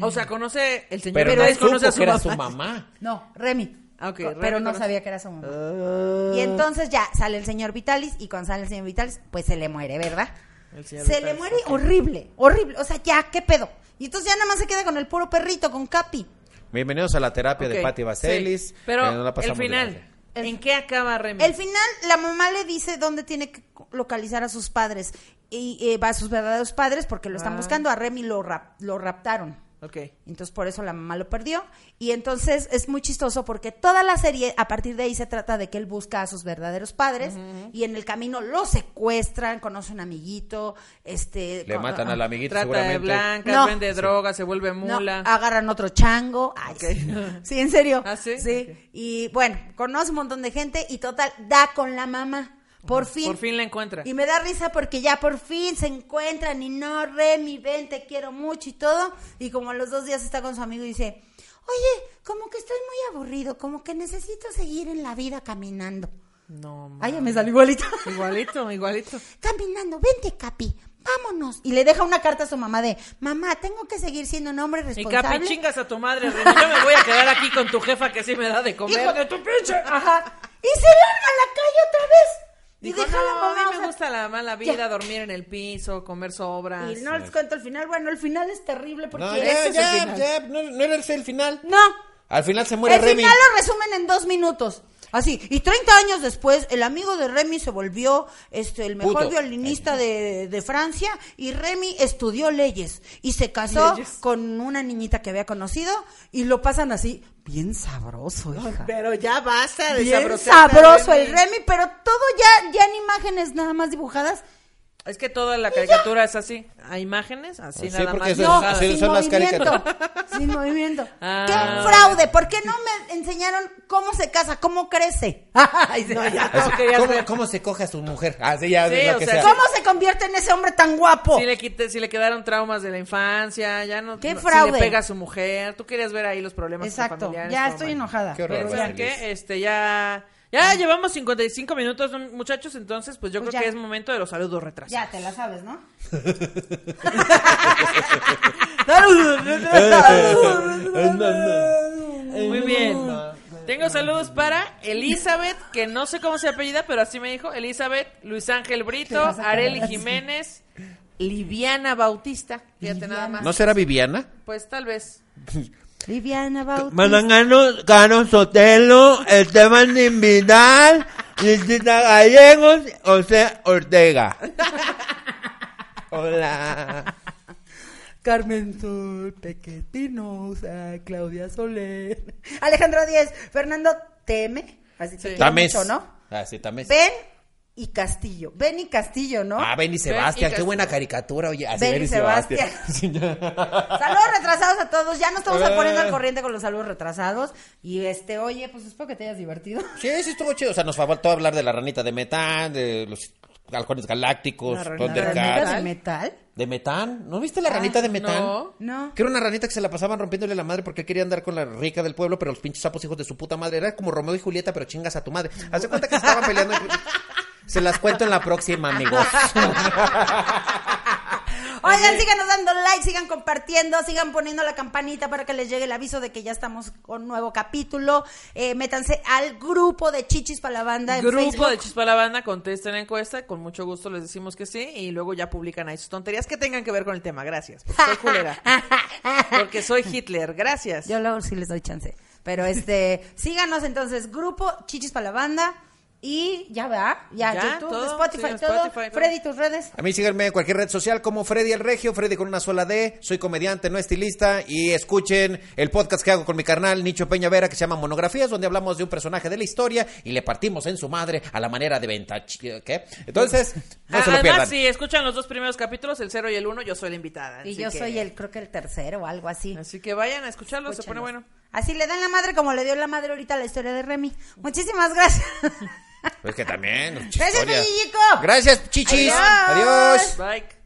O sea, conoce el señor Pero, no Vitalis, supo conoce a que era su su mamá. mamá. No, Remy. Ah, ok, Co- Remy pero no conoce. Ah. sabía que era su mamá. Y entonces ya sale el señor Vitalis y cuando sale el señor Vitalis, pues se le muere, ¿verdad? El Se señor le Vitalis, muere horrible, horrible. O sea, ya, ¿qué pedo? Y entonces ya nada más se queda con el puro perrito, con Capi. Bienvenidos a la terapia Ok, de Patti Vaselis. sí. Pero Eh, no la el pasamos de final, madre. El- ¿En qué acaba Remy? El final, la mamá le dice dónde tiene que localizar a sus padres. Y eh, va a sus verdaderos padres porque lo están Ah. buscando. A Remy lo, rap- lo raptaron. Ok. Entonces por eso la mamá lo perdió. Y entonces es muy chistoso porque toda la serie a partir de ahí se trata de que él busca a sus verdaderos padres y en el camino lo secuestran, conoce un amiguito, este... Le co- matan al amiguito Trata de seguramente. blancas, No. vende droga, se vuelve No, mula. agarran otro chango. Ay, Ok. sí. Sí, en serio. ¿Ah, sí? Ok. Y bueno, conoce un montón de gente y total, da con la mamá. Por fin. Por fin la encuentra. Y me da risa porque ya por fin se encuentran y no, Remy, ven, te quiero mucho y todo. Y como a los dos días está con su amigo y dice, oye, como que estoy muy aburrido, como que necesito seguir en la vida caminando. No, ma- Ay, ya me salió igualita. Igualito, igualito. caminando, vente, Capi, vámonos. Y le deja una carta a su mamá de, mamá, tengo que seguir siendo un hombre Y responsable. Capi, chingas a tu madre, Remy. Yo me voy a quedar aquí con tu jefa que sí me da de comer. ¡Hijo de tu pinche! Ajá. Y se larga a la calle otra vez. Y Dijo, deja no, a la a mamá. o mí sea, me gusta la mala vida, ya. dormir en el piso, comer sobras. Y no les cuento el final. Bueno, el final es terrible porque. No, No, ya, ya, ya, no, no era ese el final. Al final se muere el Remy. final lo resumen en dos minutos. Así, y 30 años después, el amigo de Remy se volvió este, el mejor Puto. violinista de, de Francia y Remy estudió leyes y se casó Leyes. con una niñita que había conocido y lo pasan así, bien sabroso, hija. Pero ya basta de Bien sabrosear, sabroso el Remy. Remy, pero todo ya, ya en imágenes nada más dibujadas. Es que toda la caricatura es así. A imágenes, así Sí, nada porque más. eso es- No, así sin son las movimiento. Sin movimiento. Ah. ¡Qué fraude! ¿Por qué no me enseñaron cómo se casa, cómo crece? Ay, sí. Así, No querías ¿cómo, ver. cómo se coge a su mujer? Así ya, Sí, lo o que sea, sea. ¿Cómo se convierte en ese hombre tan guapo? Si le, quité- si le quedaron traumas de la infancia, ya no. ¡Qué no- Si fraude! le pega a su mujer. Tú querías ver ahí los problemas Exacto. familiares. Ya todo estoy mal. enojada. Qué horror, Pero, Vale, ¿saben Liz. qué? Este, ya. Ya llevamos 55 minutos, ¿no, muchachos. Entonces, pues yo Pues creo ya. que es momento de los saludos retrasados. Ya te la sabes, ¿no? Muy bien. Tengo saludos para Elizabeth, que no sé cómo se apellida, pero así me dijo. Elizabeth, Luis Ángel Brito, Areli Jiménez, Liviana Bautista. Fíjate nada más. ¿No será Viviana? Pues tal vez. Viviana Bautista. Manangano, Cano Sotelo, Esteban Invidal, Licita Gallegos, José Ortega. Hola. Carmen Sol, Pequetinos, a Claudia Soler. Alejandro Díez, Fernando Teme. Así Sí. te quiero Tames. mucho, ¿no? Ah, sí, Tames. Ben y Castillo. Ben y Castillo, ¿no? Ah, Benny Ben Sebastián, y qué Cas- buena caricatura, oye. Así Ben y Benny Sebastián. Sebastián. Sí, ya. Saludos retrasados a todos. Ya nos estamos Ah. poniendo al corriente con los saludos retrasados. Y este, oye, pues espero que te hayas divertido. Sí, sí, estuvo chido. O sea, nos faltó hablar de la ranita de metán, de los halcones galácticos, La ranita de ¿Ranita Thundercats. de metal? ¿De metán? ¿No viste la ranita de metán? no. No. Que era una ranita que se la pasaban rompiéndole la madre porque él quería andar con la rica del pueblo, pero los pinches sapos hijos de su puta madre. Era como Romeo y Julieta, pero chingas a tu madre. Hace cuenta que estaban peleando. Se las cuento en la próxima, amigos. Oigan, síganos dando like, sigan compartiendo, sigan poniendo la campanita para que les llegue el aviso de que ya estamos con nuevo capítulo. Eh, métanse al grupo de Chichis para la Banda en Grupo Facebook. de Chispa la Banda, contesten la encuesta. Con mucho gusto les decimos que sí. Y luego ya publican ahí sus tonterías que tengan que ver con el tema. Gracias. Porque soy culera. Porque soy Hitler. Gracias. Yo luego sí les doy chance. Pero este, síganos entonces, grupo Chichis para la Banda. Y ya va, ya, Ya, YouTube, todo, Spotify, sí, todo. Spotify, todo. Freddy, tus redes. A mí síganme en cualquier red social como Freddy el Regio, Freddy con una sola D, soy comediante, no estilista, y escuchen el podcast que hago con mi carnal Nicho Peña Vera que se llama Monografías, donde hablamos de un personaje de la historia y le partimos en su madre a la manera de venta. Ch- ¿Qué? Entonces, no Ah, se lo pierdan. Además, si escuchan los dos primeros capítulos, el 0 y el 1, yo soy la invitada. Y así yo que- soy el, creo que el tercero o algo así. Así que vayan a escucharlo, se pone bueno. Escúchanos. Así le dan la madre como le dio la madre ahorita a la historia de Remy. Muchísimas gracias. Es que también. Gracias, historia. Peñillico. Gracias, chichis. Adiós. Adiós. Bye.